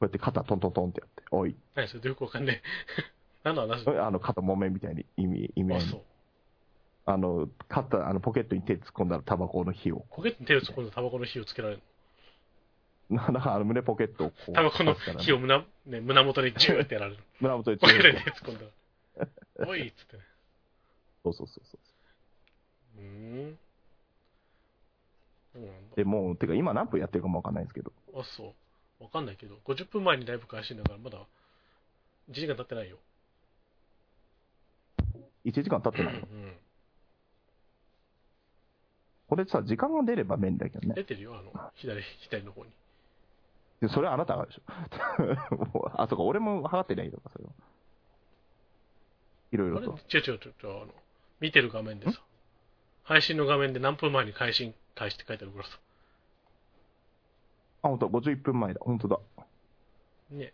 S2: うやって肩トントントンってやって、おい、
S1: 何それよくわかんねえ。 <laughs> 何の話だ
S2: あの肩もめみたいに意味、意味合
S1: あ、
S2: い
S1: そう
S2: に。。あの、肩、あのポケットに手突っ込んだらタバコの火を、 <laughs>
S1: ポケットに手を突っ込んでタバコの火をつけられる
S2: ななんかあの胸ポケットをこう、
S1: の。タバコの
S2: 出すからね
S1: 火を胸,、ね、胸元にジューってや
S2: <laughs>
S1: られる。
S2: 胸元に
S1: ポケッ <laughs> ト
S2: 突
S1: に
S2: っ
S1: 手突っ込んだら。おいっつってね。
S2: そうそうそうそう
S1: ーん。そうなん
S2: う。で、もう、てか今何分やってるかもわかんないですけど、
S1: だ。あ、そう。わかんないけど、50分前にライブ開始だから、まだ、1時間経ってないよ。
S2: 1時間経っ
S1: う
S2: てないの。
S1: ん。
S2: これさ、時間が出れば便利だけどね。
S1: 出てるよ、あの、左、左の方に。
S2: でそれはあなたがでしょ。もう <laughs> あ、そうか、俺も測ってないのか、それは。いろい
S1: あ
S2: ろ
S1: れ違
S2: と。
S1: う違う違う違う、あの、見てる画面でさ、配信の画面で何分前に配信開始って書いてあるからさ。
S2: あ、本当だ、51分前だ。本当だ。
S1: ね。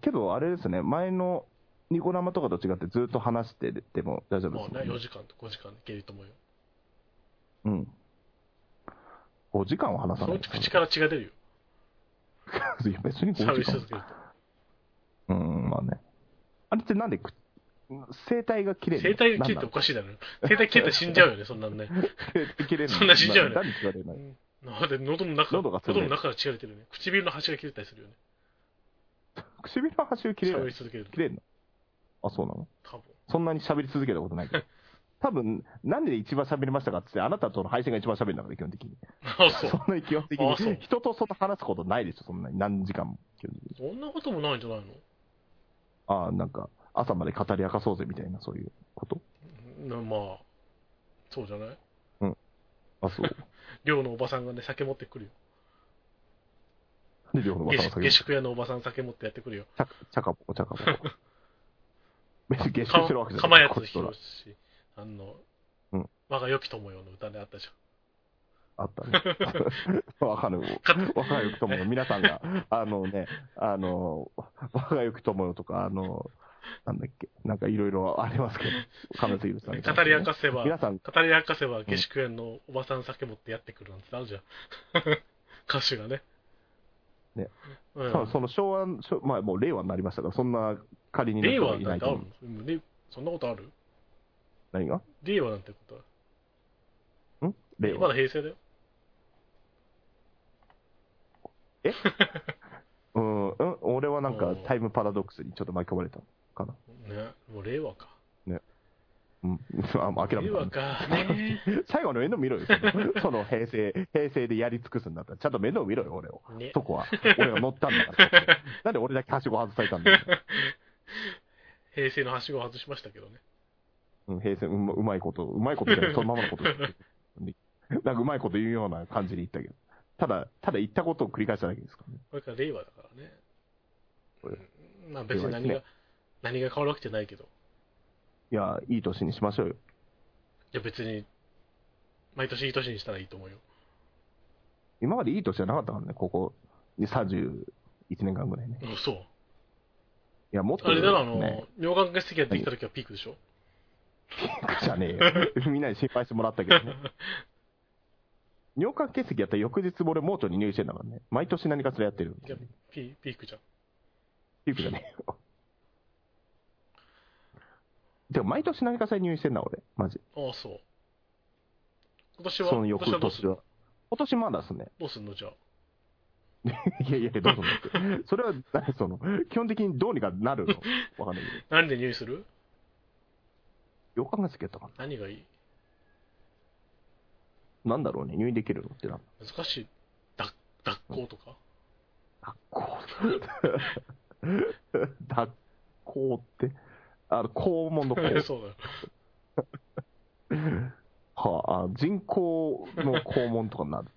S2: けど、あれですね、前のニコ生とかと違ってずっと話してても大丈夫で
S1: ますあね、
S2: もんね
S1: 4時間と5時間でいけると思うよ。
S2: うん。5時間は話
S1: そ
S2: さ
S1: の
S2: な
S1: う
S2: い
S1: ち口から血が出るよ。
S2: <laughs> いや、別に5
S1: 喋り
S2: 時間
S1: 続。ける
S2: うん、まあね。あれってなんでく、声帯が
S1: と。
S2: 切れ
S1: 生
S2: る
S1: 体が切れておかしいだろ。生体切れたら死んじゃうよね、そんなんね。
S2: 声帯 <laughs> 切れる
S1: そんな死んじゃうよね
S2: なんで切られない
S1: なんで喉の中、
S2: 喉が潰れ
S1: 喉
S2: る
S1: の中から血が出てるね。唇の端が切れたりするよね。
S2: 唇の端を切れ
S1: 喋
S2: る
S1: り続ける
S2: 切れるのあ、そうなの
S1: と。多分。
S2: そんなに喋り続けたことないけど。多分、なんで一番喋りましたかって言って、あなたとの配線が一番喋るんだから、基本的に。
S1: あ、
S2: そ <laughs>
S1: そう。
S2: んなに基本的
S1: あそう
S2: に、人とそんな話すことないでしょ、そんなに。何時間も。基本的に
S1: そんなこともないんじゃないの
S2: ああ、なんか、朝まで語り明かそうぜみたいな、そういうこと
S1: なまあ、そうじゃない
S2: あ、そう。
S1: 寮のおばさんがね、酒持ってくるよ。
S2: で、両方の
S1: 下
S2: 技を
S1: 宿
S2: 下
S1: 下
S2: げ
S1: 宿屋のおばさん酒持ってやって
S2: <laughs>
S1: くるよ。
S2: ちゃちゃかぽこ、ちゃかぽこ。別に下宿
S1: か
S2: してるわけじゃ
S1: かま
S2: な
S1: や
S2: い。こ
S1: つ
S2: っ
S1: ひ
S2: ち
S1: ろ
S2: は
S1: し、あの、
S2: うん
S1: 我が良き友よの歌であったじ
S2: あったね。 <laughs> わかる。
S1: ゃん。
S2: わかるくともよ。皆さんが、あのね、あの、わがゆくともよとか、あの、なんだっけ、なんかいろいろありますけど、金杉さんみたいな
S1: 語り明かせば、
S2: 皆さん、
S1: 語り明かせば下宿園のおばさん酒持ってやってくるなんてあるじゃん。 <laughs> 歌手がね。
S2: ね。
S1: うん
S2: 多分その昭和、昭まあもう令和になりましたから、そんな仮に
S1: 令和
S2: い
S1: な
S2: なん
S1: て
S2: いと
S1: あ
S2: 思
S1: る
S2: う。
S1: のでそんなことある
S2: 何が
S1: 令和なんてことは。
S2: ん令
S1: ま
S2: 和
S1: だ。平成だよ。
S2: うん、うん、俺はなん
S1: う
S2: か
S1: ん
S2: タイムパラドックスにちょっと巻き込まれたかな。
S1: ね。もう令和か。
S2: うん、 <laughs> あ、もう諦め
S1: 令
S2: た
S1: 和。か。ね
S2: <laughs> 最後の面倒見ろよ。その平成、平成でやり尽くすんだったら、ちゃんと面倒見ろよ、俺を。
S1: ね
S2: そこは。俺が乗ったんだから。そこなんで俺だけはしご外されたんだよ。
S1: 平成のはしごを外しましたけどね。
S2: うん、平成うま、うまいこと、うまいことじゃない、そのままのこと言ってるなんかうまいこと言うような感じで言ったけど。ただ、ただ言ったことを繰り返しただけですからね。
S1: これから令和だからね
S2: これ。
S1: うんまあ別に何
S2: 令
S1: が、
S2: 和です
S1: 何が変わるわけじゃないけど。
S2: いや、いい年にしましょうよ。
S1: いや別に、毎年いい年にしたらいいと思うよ。
S2: 今までいい年じゃなかったからね、ここ、31年間ぐらいね。
S1: うん、そう。
S2: いや、もっと、
S1: あ
S2: ね、
S1: れだろ、あの、溶岩化石ができた時はピークでしょ
S2: <laughs> じゃねえよ。みんなに心配してもらったけどね。尿管結石やったら翌日俺盲腸に入院してんだからね。毎年何かしらやってる。
S1: いやピピークじゃん。
S2: ピークじゃねえよ。でも毎年何かしら入院してんな、俺。マジ。
S1: ああ、そう。今年は、
S2: その
S1: 今
S2: 翌
S1: 年はどうす
S2: 年
S1: る
S2: は。今年まだですね。 <laughs>
S1: どうすんのじゃあ。
S2: いやいや、どうすんのって。それは、何その、基本的にどうにかなるのわかんないけど。
S1: 何で入院する
S2: 予感がつけたか
S1: 何がいい
S2: な。なんだろうね、入院できるのってな。
S1: 難しい。脱脱行とか、
S2: 脱行。脱行って、あの、肛門の肛
S1: <laughs> そうだよ。
S2: はあ、人工の肛門とかになる。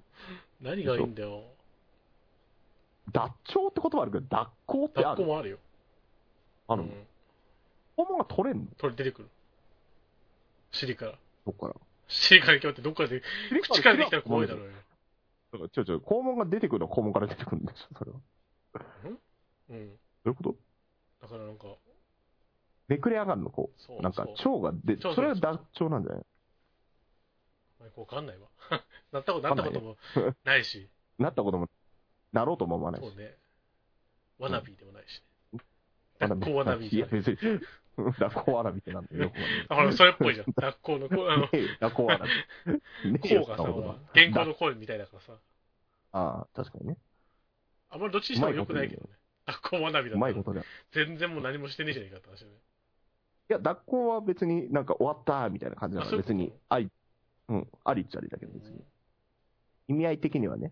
S1: 何がいいんだよ。
S2: 脱腸って言葉あるけど、脱行ってあ
S1: 脱行
S2: る
S1: もあるよ。
S2: ある
S1: う
S2: の
S1: ん
S2: 肛門が取れんの
S1: 取り出てくる。尻から。
S2: どっから。
S1: 尻から決まってどっからで、口からできたら怖いだろうよ。
S2: だからちょいちょい、肛門が出てくるのは肛門から出てくるんでしょ、それは。ど
S1: うん。
S2: ういうこと
S1: だからなんか、
S2: めくれ上がるの、こ
S1: そう。
S2: う。なんか、
S1: そう
S2: 腸が出
S1: そうそうそう
S2: それは脱腸なんじゃない
S1: なんかわかんないわ。なったこと、なったこともないし、
S2: なったことも、なろうとも思わないし
S1: そうね。わなびでもないし、
S2: ま
S1: ね。
S2: だ
S1: 脱行わなび
S2: い
S1: じ
S2: や、
S1: ゃない。
S2: 別に。ラコアラビってなんだよ。よくわ
S1: あ、ほら、それっぽいじゃん。脱行の、こうあの、 <laughs>
S2: かんないねえよラコアラビ。ね
S1: こ
S2: えよ
S1: うが
S2: そ
S1: さ、
S2: んなこ
S1: ほ
S2: と
S1: ら
S2: は
S1: 原稿の声みたいだからさ。
S2: ああ、確かにね。
S1: あんまりどっちにしても良くないけどね。脱行わなびだっ
S2: う
S1: た
S2: ま
S1: ら
S2: いことだよ。
S1: 全然もう何もしてねえじゃねえかって話だね。
S2: いや、脱行は別になんか終わったみたいな感じだ
S1: あ
S2: から、
S1: そういうこと
S2: 別に、あり、うん、ありっちゃありだけど、別に。意味合い的にはね、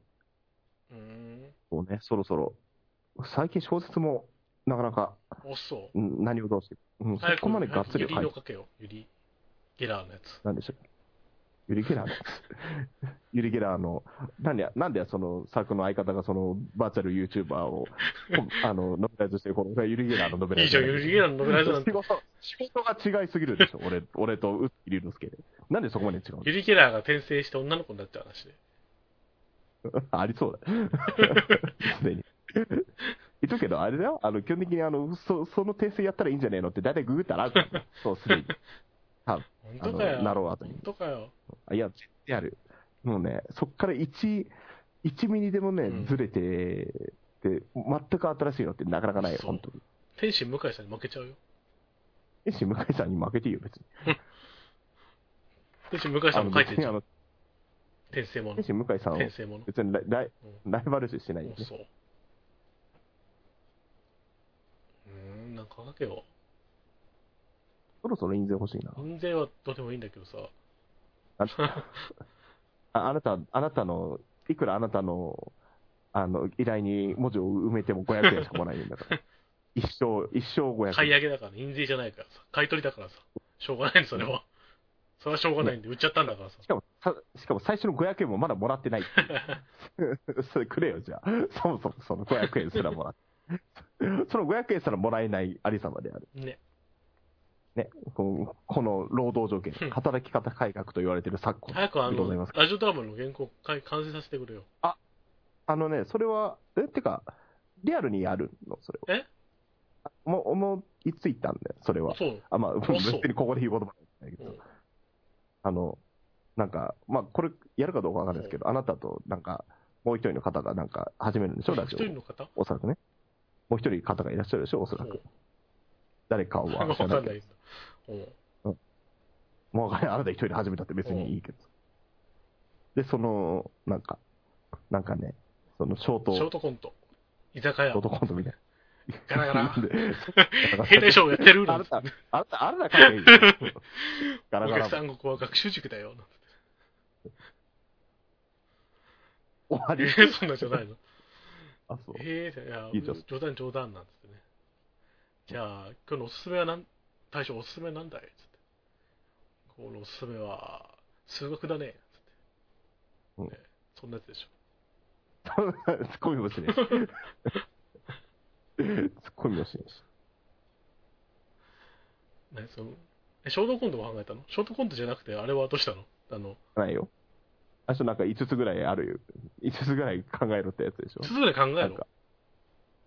S1: うーん。
S2: こうね、そろそろ、最近小説も、なかなか、
S1: おっそう。
S2: うん何をどうして、うん、そ
S1: 早く、
S2: こまでがっつり
S1: ゆ
S2: は
S1: り
S2: 書い
S1: の
S2: て、
S1: かけよ。ゆり。ゲラーのやつ。
S2: なんでしょう。ユリ・ゲラーの <laughs> やつ。ユリ・ゲラーの、なんで、なんでその作の相方がそのバーチャル YouTuber
S1: <laughs>
S2: を、こあの、ノベライズしてる頃、これユリ・ゲラーのノベラ
S1: い
S2: イ
S1: い
S2: ズ
S1: じゃん、ゆりゲラーのノベライズなん
S2: 仕
S1: て。
S2: 事仕事が違いすぎるでしょ、俺俺と宇木竜之介で。なんでそこまで違うの
S1: ゆりゲラーが転生して女の子になっちゃう話で。
S2: ありそうだ。
S1: <laughs>
S2: <laughs> すでに。言っとくけど、あれだよ、あの基本的にあのそその訂正やったらいいんじゃねえのって、大体ググったらあ
S1: <laughs>
S2: るから、そう、すでに。あ
S1: 本当
S2: の
S1: かよ。
S2: なろうあとに
S1: 本。当かよ。
S2: あいや、絶対ある。もうね、そっから1、1ミリでもね
S1: うん、
S2: ずれて、で全く新しいのってなかなかないよ、
S1: そう
S2: 本当に。
S1: 天心向井さんに負けちゃうよ。
S2: えし、向井さんに負けていいよ、別に。
S1: 天心向井さんも書いてる
S2: 別
S1: じ
S2: に
S1: ゃ
S2: あ
S1: ん。
S2: の、
S1: 転生もの
S2: え。し、向井さんを
S1: 転生もの。
S2: 別にライライ
S1: う
S2: ライバル視してないよね
S1: お。そう。うーん、なんかかけよ。
S2: そろそろ印税欲しいな。
S1: 印税はどうでもいいんだけどさ。
S2: ああなた、あなたの、いくらあなたの、あの、依頼に文字を埋めても500円しか来ないん
S1: <laughs>
S2: だから。一生、一生
S1: <laughs>
S2: 500
S1: 買い
S2: 円。
S1: 上げだから、印税じゃないからさ。買い取りだからさ。しょうがないんだ、それは。それはしょうがないんで、売っちゃったんだからさ。
S2: しかも、さしかも最初の500円もまだもらってないっていう。それくれよ、じゃあ。そもそもその500円すらもらって。その500円すらもらえないありさまである。
S1: ね。
S2: ね。このこの労働条件、働き方改革と言われてる昨今。
S1: 早くあ
S2: でございま
S1: の
S2: す、
S1: ラジオドラマの原稿かい完成させてくれよ。
S2: あのね、それは、え、てか、リアルにやるの、それは。
S1: え
S2: もう、思いついたんだよ、それは。
S1: そう。
S2: あ、まあ、
S1: そう
S2: 別にここで言うこともないけ
S1: う
S2: ど
S1: ん、
S2: あの、なんか、まあ、これ、やるかどうかわかんないですけど、あなたと、なんか、もう一人の方が、なんか、始めるんでしょ、ラジ
S1: 一
S2: オ
S1: 人の方
S2: おそらくね。もう一人方がいらっしゃるでしょ、おそらく。誰かは
S1: <laughs> わ
S2: 知
S1: からん
S2: な
S1: ないい
S2: けど。
S1: けど。うん
S2: もうわかんないあなた一人で始めたって別にいいけど。で、その、なんか、なんかね、その、ショート、
S1: シ
S2: シ
S1: ョートコント。居酒屋
S2: ョー。トコントみたい
S1: ガラガラ。。
S2: な <laughs> で
S1: 変態ショーやってる
S2: あ
S1: なん
S2: な
S1: つって
S2: た、あなた、あなた書い
S1: <laughs>
S2: ていいよガラ
S1: お
S2: ガ
S1: 客
S2: ラ
S1: さ。ん、ここは学習塾だよ。
S2: 終わ
S1: え
S2: り。
S1: <laughs> ー、そんなんじゃないの
S2: あ、そう。
S1: ええいや
S2: いいです
S1: 冗談冗談なんつってね。じゃあ、今日のおすすめはなん、大将おすすめなんだいつって。このおすすめは、数学だね。つって、ねそんなやつでしょ。
S2: ツッコミもし
S1: <laughs>
S2: ねえし。ツッコミもしねえし。
S1: ね、そのえ、ショートコントを考えたのショートコントじゃなくて、あれはどうしたのあの、
S2: ないよ。あとなんか5つぐらいあるよ。5つぐらい考えろってやつでしょ
S1: つ。づらい考え
S2: なん
S1: ろ
S2: か。、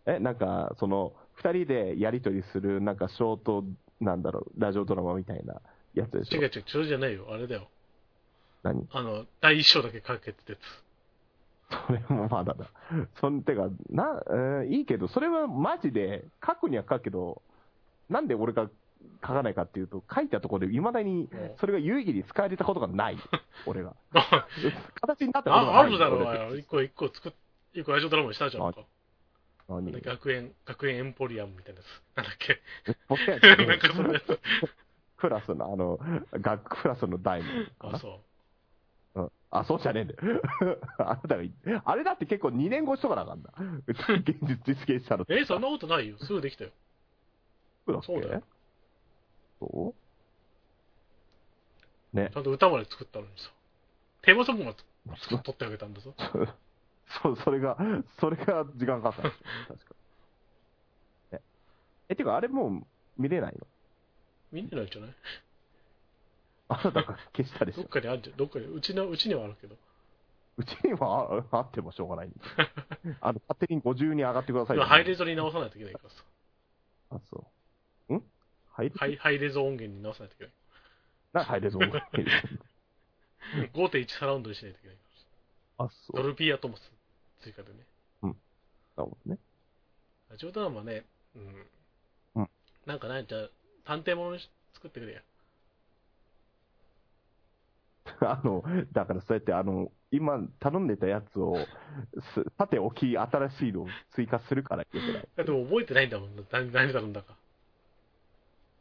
S2: え、なんか、その、2人でやりとりする、なんかショート、なんだろう、ラジオドラマみたいなやつでし
S1: 違う
S2: ょ。
S1: 違う、それじゃないよ。あれだよ。
S2: 何
S1: あの、第一章だけかけてたや <laughs> つ。
S2: それもまだだ。そんてか、な、えーいいけど、それはマジで、書くには書くけど、なんで俺が書かないかっていうと、書いたところで、いまだに
S1: うん、
S2: それが有意義に使われたことがない。俺が。
S1: あ
S2: 形になったことがない。
S1: あるだろう
S2: 俺
S1: がよ。一個一個作っ、一個愛情ドラマにしたじゃんか。な
S2: 何
S1: んか学園、学園エンポリアムみたいなやつ。なんだっ <laughs> け。
S2: 僕や
S1: なんかそんなやつ。
S2: クラスの、あの、学クラスの大門か
S1: あ、
S2: な。
S1: そう。
S2: うんあ、そうじゃねえんだよ。 <laughs> あなたが言ってあれだって結構2年越しとかだからな。現実実現したのって。
S1: え、そんなことないよ。すぐできたよ。
S2: そうだっけ
S1: そうだよ
S2: そうね
S1: ち。ゃんと歌まで作ったのにさ。テーマソングも作っとってあげたんだぞ。
S2: そう、それが、それが時間かかったんですよ。確かに。ねえ、てか、あれもう見れないの
S1: 見てないんじゃない
S2: あなたが消したでし
S1: どっ <laughs>
S2: ょ。
S1: かにあるじゃん。どっかに、うちの、うちにはあるけど。
S2: うちにはああってもしょうがないんであの、勝手に50に上がってくださいよ。
S1: 今、ハイレゾに直さないといけないからさ。
S2: あ、そう。んハイレ
S1: ハイハイレゾ音源に直さないといけ
S2: なハイレゾ音楽
S1: ない。5.1サラウンドにしないといけないからさ。
S2: あ、
S1: ド
S2: そう。
S1: ルビーアトモス追加でね。
S2: だもんね。
S1: ラジオドラマね、う
S2: うんん。
S1: なんかない、じゃあ、探偵ものにし作ってくれや。
S2: あの、だからそうやって、あの、今頼んでたやつを、すさておき、新しいのを追加するからよくない。
S1: だってもう覚えてないんだもんな。何何頼んだか。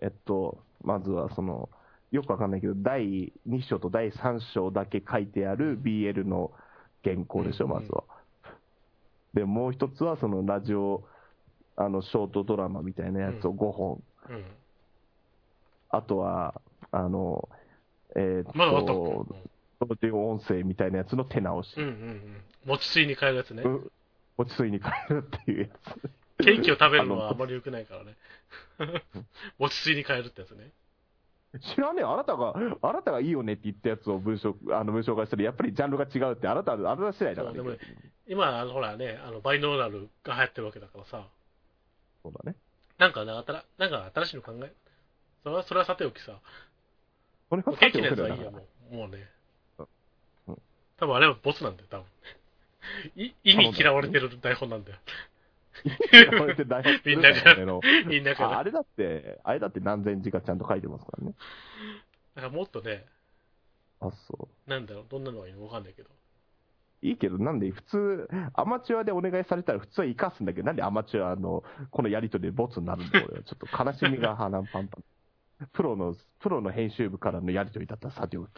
S2: えっと、まずはその、よくわかんないけど、第2章と第3章だけ書いてある BL の原稿でしょ、
S1: うんうん
S2: まずは。で、もう一つは、そのラジオ、あの、ショートドラマみたいなやつを5本。
S1: うん。
S2: あとは、あの、えーっと、
S1: まだあったっけ
S2: 当時音声みたいなやつの手直し
S1: うん。うんうんうん。餅ついに変えるやつね。
S2: うん落ち着いに変えるっていうやつ。
S1: ケーキを食べるのはあまり良くないからね。 <laughs> 餅ついに変えるってやつね。
S2: 知らねえ、あなたが、あなたがいいよねって言ったやつを文章、あの文章化したら、やっぱりジャンルが違うって、あなた、あなた次第だから
S1: そうでも
S2: ね。
S1: 今、あのほらね、あのバイノーラルが流行ってるわけだからさ、
S2: そうだね。
S1: なんかね、あたらなんか新しいの考え、それはそれはさておきさ、
S2: これは
S1: ケーキのやつ
S2: だ
S1: は
S2: か
S1: いいよ、もうもうね
S2: うん。
S1: 多分あれはボスなんだよ、多分。い意味嫌われてる台本なんだよ。
S2: ら。これって大
S1: みんなから
S2: 俺の
S1: みんなから
S2: <laughs> ああれだって、あれだって何千字かちゃんと書いてますからね。
S1: だからもっとね、
S2: あ、そう。
S1: なんだろう、どんなのがいいのわかんないけど。
S2: いいけど、なんで普通、アマチュアでお願いされたら普通は生かすんだけど、なんでアマチュアのこのやりとりでボツになるんだ、俺は。ちょっと悲しみが鼻パンパン。プロの、プロの編集部からのやりとりだったら作業。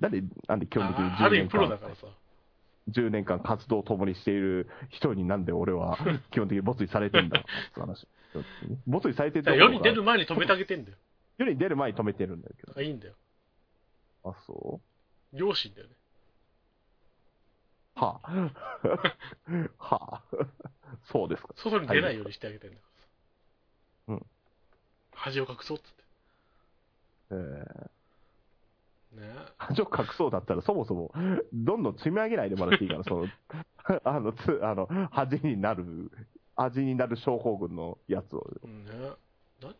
S2: なんで、なんで基本的に
S1: ああ
S2: 10
S1: る意味
S2: 年
S1: プロだ
S2: 間、
S1: からさ。
S2: 10年間活動を共にしている人になんで
S1: <laughs>
S2: 俺は基本的にボツにされてんだって話。ボツにされてる
S1: だから世に出る前に止めてあげてんだよ。
S2: 世に出る前に止めてるんだけ
S1: だからいいんだよ。
S2: ど。あ、そう
S1: 両親だよね。<laughs>
S2: はあ。はあ。そうですか。
S1: 外に出ないようにしてあげてんだから
S2: う
S1: さ
S2: ん。
S1: 恥を隠そうっつって。
S2: えー
S1: ね
S2: 感情隠そうだったら、そもそも、どんどん積み上げないでもらっていいから、その、 <laughs> あの、つ、あの、恥になる、味になる症候群のやつを。
S1: うんねな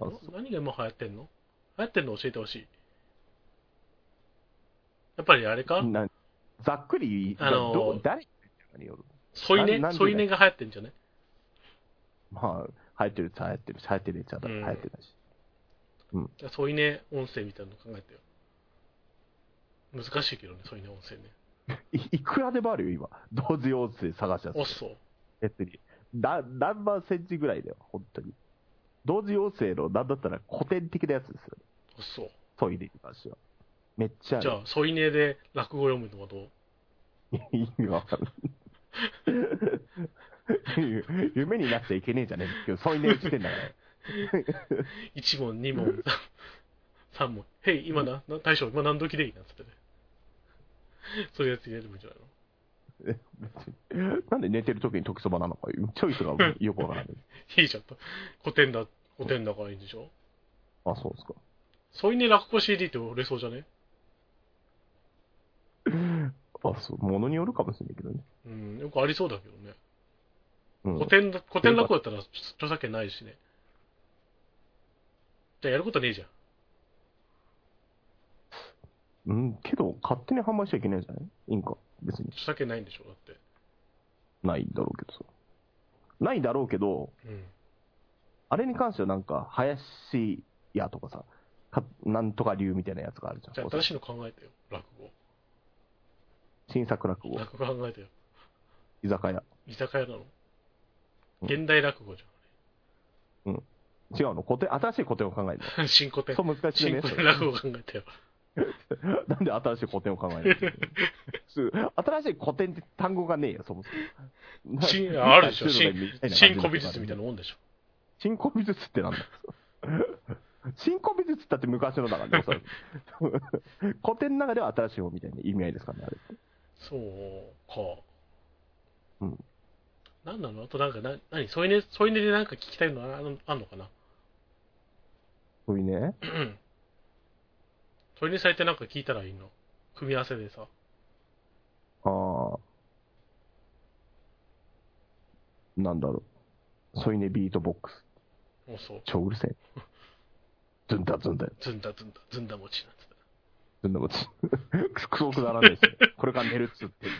S2: あ
S1: な
S2: そ
S1: 何が今流行ってんの流行ってんの教えてほしい。やっぱりあれか
S2: なざっくり、
S1: あのー
S2: どう誰による
S1: 添い寝
S2: なんなんで
S1: 添い寝が流行ってんじゃね
S2: まあ、流行ってる、流行ってるし、流行ってるやつは
S1: うん
S2: 流行ってないし。
S1: じゃあ添い寝音声みたいなの考えてよ。難しいけどね、添い寝音声ね。
S2: いいくらでもあるよ、今。同時音声探しや
S1: おっ
S2: つ。
S1: そう。
S2: 別に。だ、何万センチぐらいだよ、本当に。同時音声の、なんだったら古典的なやつですよ。
S1: おっそう。
S2: トイレに関しては。めっちゃあ
S1: じ
S2: る
S1: ゃあ、添い寝で落語読むのはどう
S2: 意味がわかんない。夢になっちゃいけねえじゃねえけど、そういう念してんだから。
S1: ?1 問、2問、3問。へい、今な、な大将、今何時でいいなっつってね。 <laughs> そういうやつ入れてもいいんじゃないの
S2: なんで寝てる時に時そばなのか、チョイスがよくわからない。
S1: いいじゃんと。古典だ、古典だからいいんでしょ
S2: あ、そうですか。
S1: 添い寝落語 CD って売れそうじゃね
S2: あ、そう、ものによるかもしれないけどね。
S1: うん、よくありそうだけどね。
S2: うん
S1: 古。典だ、古典落語だったら著作権ないしね。じゃあやることねえじゃん。
S2: うん、けど、勝手に販売しちゃいけないんじゃないいいんか、別に。
S1: したけないんでしょだって。
S2: ないだろうけどさ。ないだろうけど、
S1: うん。
S2: あれに関してはなんか、林家とかさ、かなんとか流みたいなやつがあるじゃん。
S1: じゃあ新しいの考えてよ。落
S2: 新作落
S1: 語。
S2: 語、
S1: 落語考えてよ。
S2: 居酒屋。
S1: 居酒屋なの
S2: うん
S1: 現代落語じ
S2: 違うの古典、新しい古典を考える
S1: ゃん。 <laughs> 新古典
S2: の。。そう難しい
S1: 新
S2: ね。
S1: 古
S2: そ
S1: 典
S2: れ
S1: 落語考えてよ。
S2: なんで新しい古典を考
S1: <laughs>
S2: えるの普通新しい古典って単語がねえよ、そもそも。
S1: 新あるでしょ新新古美術みたい
S2: な。
S1: なもんでしょ。
S2: 新古美術ってなんだ新古美術だって昔のだからね、おそらく古典の中では新しい方みたいな意味合いですからね、あれって。
S1: そうか。
S2: うん。
S1: なんなのあとなんか、な、なに、添い寝、添い寝でなんか聞きたいのああんのかな <clears throat>
S2: そういうね。
S1: 添い寝されてなんか聞いたらいいの組み合わせでさ。
S2: ああ。なんだろう。そういうね、ビートボックス。
S1: もうそう。
S2: 超うるせえ。ズンダズンダ、
S1: ずんだずんだ、ずんだ餅なんつって。
S2: ズンダもつ。 <laughs> クソくだらねえし、これから寝るっつってんの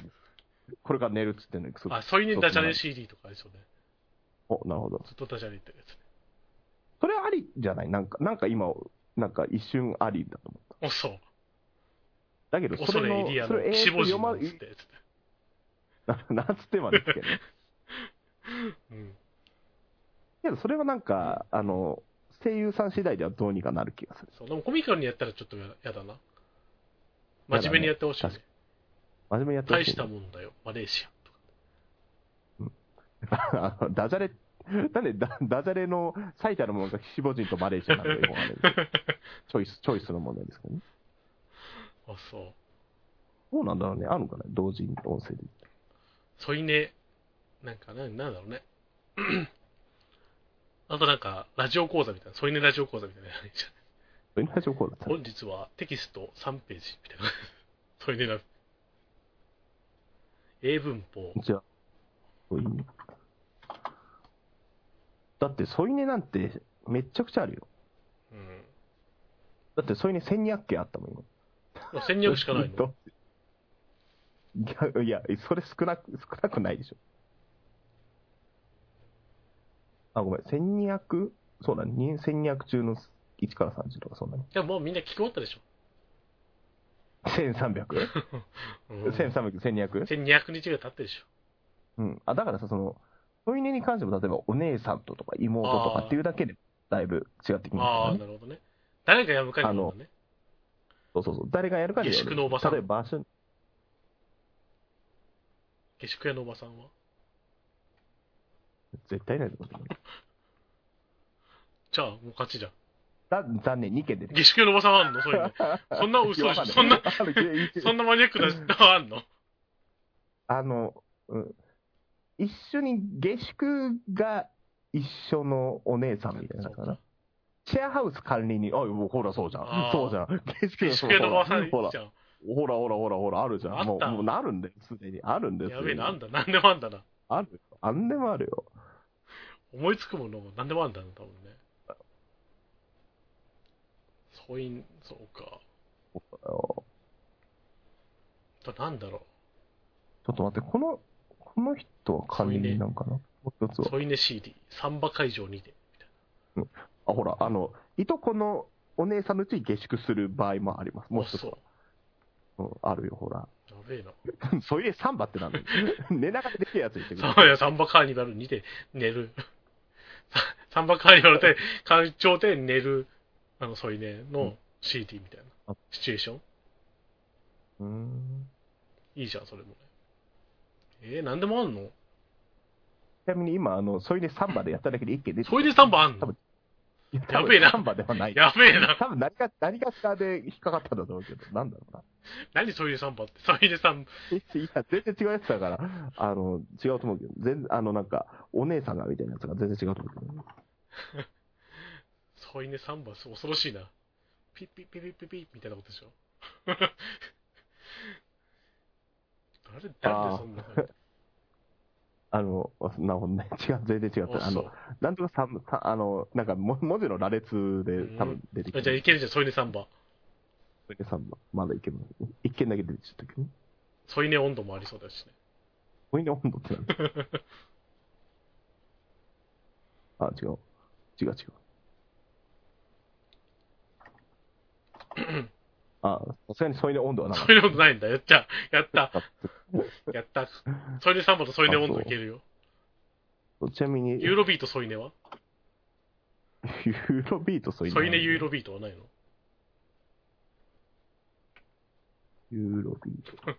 S2: これから寝るっつってんのにクソ。
S1: あ、添い寝ダジャレ CD とかありそうね。
S2: お、なるほど。
S1: ずっとダジャレ言ってるやつね。
S2: それありじゃないなんか、なんか今、なんか一瞬ありだと思う。
S1: おそう。
S2: だけど、
S1: 恐
S2: それ
S1: れ
S2: の、
S1: エリア
S2: そ
S1: の
S2: れ
S1: 死亡人
S2: ま
S1: なんつって。つって
S2: <laughs> ななんつってまで言ってんの
S1: うん。
S2: けど、それはなんか、あの、声優さん次第ではどうにかなる気がする。
S1: そう。でもコミカルにやったらちょっとややだな。真面目にやってほしい、ね
S2: やだ真面目にやってほ
S1: 大
S2: しい
S1: し
S2: ね
S1: たもんだよ、マレーシアとか。
S2: あのダジャレ、なんでダダジャレの最たるものが死亡人とマレーシアなんだよ、わかんないけどチョイス、チョイスの問題ですけどね。
S1: あ、そう。
S2: そうなんだろうね、あるのかな、同時に音声で。
S1: 添い寝、なんかな、なんだろうね。 <clears throat> あとなんか、ラジオ講座みたいな、添い寝ラジオ講座みたいなのやるじゃん
S2: それに情報だったら
S1: 本日はテキスト3ページみたいな。添い寝ラ英文法。
S2: じゃあ、そういうねだって、添い寝なんてめっちゃくちゃあるよ。
S1: うん。
S2: だって、添い寝1200件あったもん、今。
S1: もう戦略しかないの。
S2: いや、いやそれ少なく、少なくないでしょ。あ、ごめん、1200、そうだね、1200中の1から30とか、そんなに。
S1: いや、もうみんな聞き終わったでしょ。
S2: 1300?1300、
S1: うん、
S2: 1200?
S1: 1200日が経ってるでし
S2: うん。あ、だからさ、その、添い寝に関しても、例えばお姉さんととか妹とかっていうだけで、だいぶ違ってき
S1: ょ。
S2: ま
S1: あ
S2: す
S1: あ、な
S2: よね。
S1: るほどね。誰がやむかにもね。
S2: そうそうそう。誰がやるかによる
S1: 下宿のおばさん
S2: 例えば場所、
S1: 下宿屋のおばさんは。
S2: 絶対ないと思う
S1: じゃあ、もう勝ちじゃん。
S2: だ残念、2件出てき
S1: 下宿屋のおばさんはあんのそういう
S2: <laughs>
S1: の。
S2: た。
S1: そんな嘘でしょ
S2: <laughs>
S1: そんなそんなマニアックな人はあんの
S2: あの、うん、一緒に下宿が一緒のお姉さんみたいなのかな。シェアハウス管理人、あ、もうほらそうじゃ
S1: あ
S2: ん。
S1: ー
S2: そうじゃん。下宿
S1: 下宿屋のおばさん
S2: ほら、
S1: じゃん。
S2: ほらほらほらほら、あるじゃ
S1: あっ
S2: ん。もう、
S1: たの
S2: もうなるんだよ、すでに。あるんだよ。
S1: やべえな、あん
S2: だ。
S1: だ、なんでもあんだな。
S2: ある。あんでもあるよ。
S1: 思いつくものもなんでもあんだな、多分ね。そういん、そうか。
S2: あの
S1: あとなんだろ
S2: ちょっと待って、この、この人は管理人なんかなもう一つ
S1: う。
S2: は。
S1: 添い寝 CD、サンバ会場にて。
S2: あ、ほら、あの、いとこのお姉さんのうちに下宿する場合もあります。もう一つは
S1: そ。
S2: うん、あるよ、ほ
S1: う。
S2: ら。 <laughs>
S1: やべえな。
S2: そういうサンバってなんだよ。 <laughs> 寝ながらできるやつ言ってくれ。
S1: そうや、サンバカーニバルにて寝る。 <laughs> サンバカーニバルで、会場で寝る、あの、添い寝
S2: う
S1: の
S2: ん
S1: CD みたいな
S2: あ
S1: シチュエーション
S2: うーん
S1: いいじゃん、それもね。えー、なんでもあんの
S2: ちなみに今、あの、それでサンバでやっただけで一件出て
S1: 添い寝サンバあん
S2: 多
S1: の
S2: 分や
S1: やべえな
S2: サンバではない。
S1: やべえな。
S2: 多分何か、何かしらで引っかかったんだと思うけど、なんだろうな。
S1: 何添い寝サンバって。添い寝サンバ。
S2: いや、全然違うやつだから、あの、違うと思うけど、全然、あの、なんか、お姉さんがみたいなやつが全然違うと思うけど、
S1: 添い寝サンバ、恐ろしいな。ピッピッピッピッピッピッみたいなことでしょ。 <laughs> あれ、なんでそんな。
S2: あの、なるほどね。違う、全然違った。あの、なんとかサンサンあの、なんか、も文字の羅列で多分出て
S1: あ
S2: き
S1: じゃあ
S2: て、
S1: いけるじゃん、添い寝サンバ。
S2: トイレサンバ、まだいけます、ね。一件だけ出てきちゃったけどね。
S1: 添い寝温度もありそうだしね。
S2: おいね温度ってなん
S1: <laughs>
S2: だあ、違う。違う違う。
S1: <laughs>
S2: あ、さすがに添い寝温度はなかっ
S1: 添い寝温度ないんだよ。じゃあ、やった。
S2: た。
S1: やった。添い寝サンバと添い寝温度いけるよ。
S2: ちなみに、
S1: ユーロビート添い寝は
S2: ユーロビート添い
S1: 添い寝ユー
S2: ロ。
S1: ロビートはないの
S2: ユーロビート。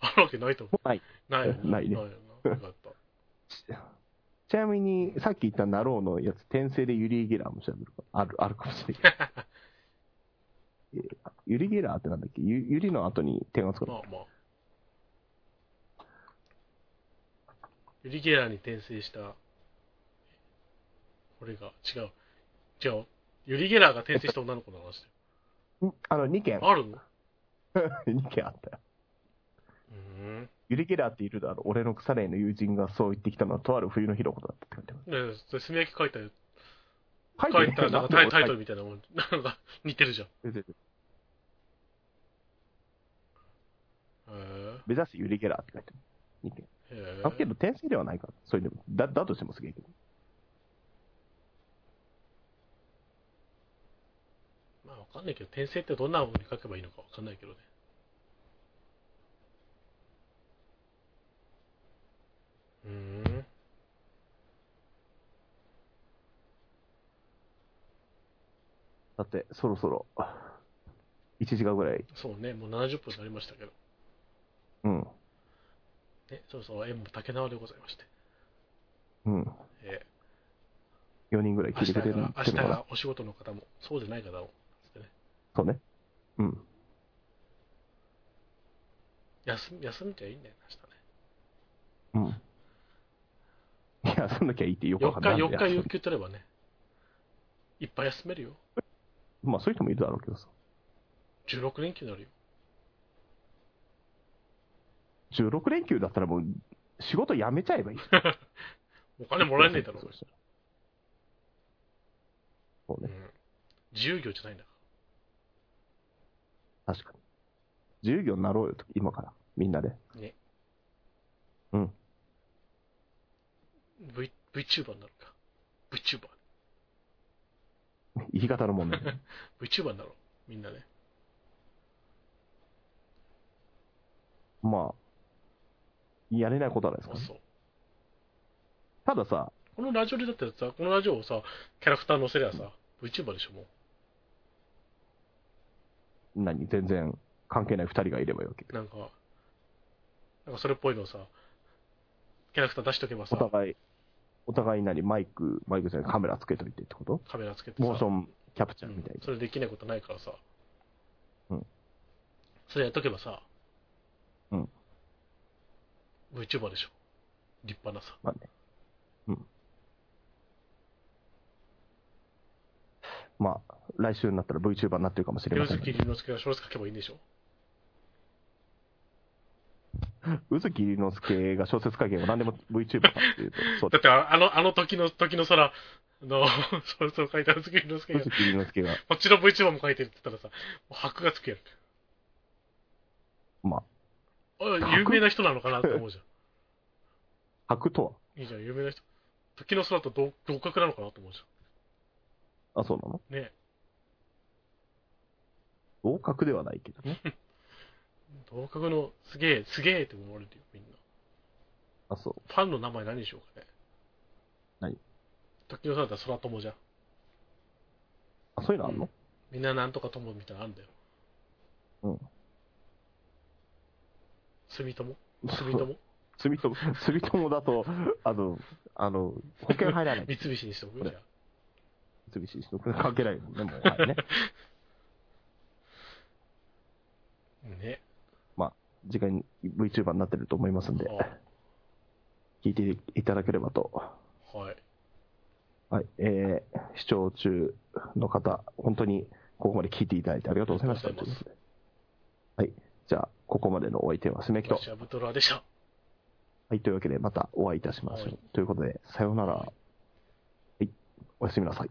S1: あるわけないと思
S2: もうない。
S1: う。ないよ。
S2: ないね
S1: よなよかった。
S2: <laughs> ちなみに、さっき言ったナローのやつ、転生でユリー・ゲラーも調べるか。ある、あるかもしれ
S1: <laughs>
S2: ない。えーユリー・ゲラーってなんだっけユユリの後に点をつく
S1: ま
S2: の。
S1: あまあ。ユリゲラーに転生した、俺が、違う。違う。ユリゲラーが転生した女の子の話
S2: んあの、2件 <laughs>
S1: だ。よ。あるのう
S2: 2件あったよ。
S1: ーん。ね
S2: ユリ・ゲラーっているだろう。俺の腐れ縁の友人がそう言ってきたのは、とある冬の日のことだったって書いてます。
S1: え、それ炭焼き書いたよ。
S2: 書
S1: 書
S2: い
S1: い
S2: て
S1: た、なんか
S2: <laughs>
S1: タイタイトルみたいなもん。なんか似てるじゃん。
S2: ル。
S1: へー
S2: 目指すユリ・ゲラーって書いてます。2件。
S1: へ
S2: あけ
S1: ー
S2: ど、転生ではないから。それでも。だ、だとしてもすげえけど。
S1: まあわかんないけど、転生ってどんなものに書けばいいのかわかんないけどね。うーん。
S2: だって、そろそろ、1時間ぐらい。
S1: そうね、もう70分になりましたけど。
S2: うん。
S1: ね、そうそう、縁も竹縄でございまして。
S2: うん。
S1: え
S2: 4人ぐらい
S1: ー
S2: 聞いてくれる
S1: 明日が、明日
S2: のかな
S1: がお仕事の方も、そうでない方も、
S2: そうね。うん。
S1: 休み、休みじゃいいんだよね、
S2: うん。いや、そんなきゃいいってよく
S1: 明
S2: わか
S1: 日
S2: んない。
S1: ね。4日、4日
S2: いや
S1: 有給取ればね、いっぱい休めるよ。
S2: まあ、そういう人もいるだろうけどさ。
S1: 16連休になるよ。
S2: 16連休だったらもう、仕事辞めちゃえばいい。
S1: お金もらえないだろう
S2: そ。うしたらそう
S1: う
S2: ね、
S1: ん。自由業じゃないんだか
S2: 確かに。自由業になろうよと、今から。みんなで。 <laughs>
S1: ら。V、VTuber になるか。VTuber。
S2: 言い方の問題。
S1: <laughs> VTuber になろう。みんなね。
S2: まあ、やれないことはないです
S1: そ
S2: か
S1: う
S2: ら
S1: そう。
S2: ね、たださ、
S1: このラジオでだってさ、このラジオをさ、キャラクター載せりゃさ、VTuber でしょ、も
S2: 何、全然関係ない2人がいればいいわけ
S1: う。。なんか、なんかそれっぽいのをさ、キャラクター出しとけば
S2: お
S1: さ、
S2: 互い、お互いなりマイク、マイクじゃないカメラつけといてってこと
S1: カメラつけてさ、
S2: モーションキャプチャー
S1: うん
S2: みたいな。
S1: それできないことないからさ、
S2: うん
S1: それやっとけばさ、
S2: うん、
S1: VTuber でしょ立派なさ
S2: まあね。うん。まあ、来週になったら VTuber になってるかもしれま
S1: 両
S2: せん
S1: 月
S2: けど。
S1: 龍之介が小説書けばいいんでしょ
S2: <laughs> 宇月龍之介が小説書けば何でも VTuber かっ
S1: <laughs>
S2: ていうと、そう
S1: だ
S2: で
S1: ってああのあの時の時の空の <laughs> 小説を書いた宇月龍之介が
S2: す。宇月龍之介が、
S1: こっちの VTuber も書いてるって言ったらさもう箔がつくやん
S2: ま
S1: あ
S2: 箔
S1: 有名な人なのかなって思うじ
S2: あ、白と
S1: ゃんいいじゃ <laughs> ん有名な人時の空と同同格なのかなと思うじ
S2: は、あ、そうなの
S1: ゃんね
S2: 合格ではないけ
S1: <laughs>
S2: どね。
S1: 同格のすげえすげえって思われてるよみんな
S2: あ、そう。
S1: ファンの名前何にしようかね。
S2: 何
S1: 時の空だったら空友じゃん。
S2: あ、そういうのあるの、
S1: みんななんとか友みたいなのあるんだよ。
S2: うん。
S1: 住
S2: <laughs>
S1: 友住
S2: 住
S1: 友
S2: 友、住友だと、あの、あの、保険入らない。
S1: 三菱にしておくじゃあ
S2: 三菱の関係ないもんね、もう。
S1: <laughs>
S2: はいね。
S1: ね。
S2: 次回に VTuber になってると思いますんで、聞いていただければと。
S1: あはい。
S2: はい。えー、視聴中の方、本当にここまで聞いていただいてありがとうございました。
S1: ありがとうござい
S2: はい。じゃあ、ここまでのお相手はすめきと。
S1: 私はブトラーでした。
S2: はい。というわけで、またお会いいたしましょう。
S1: はい
S2: ということで、さようなら。はい。おやすみなさい。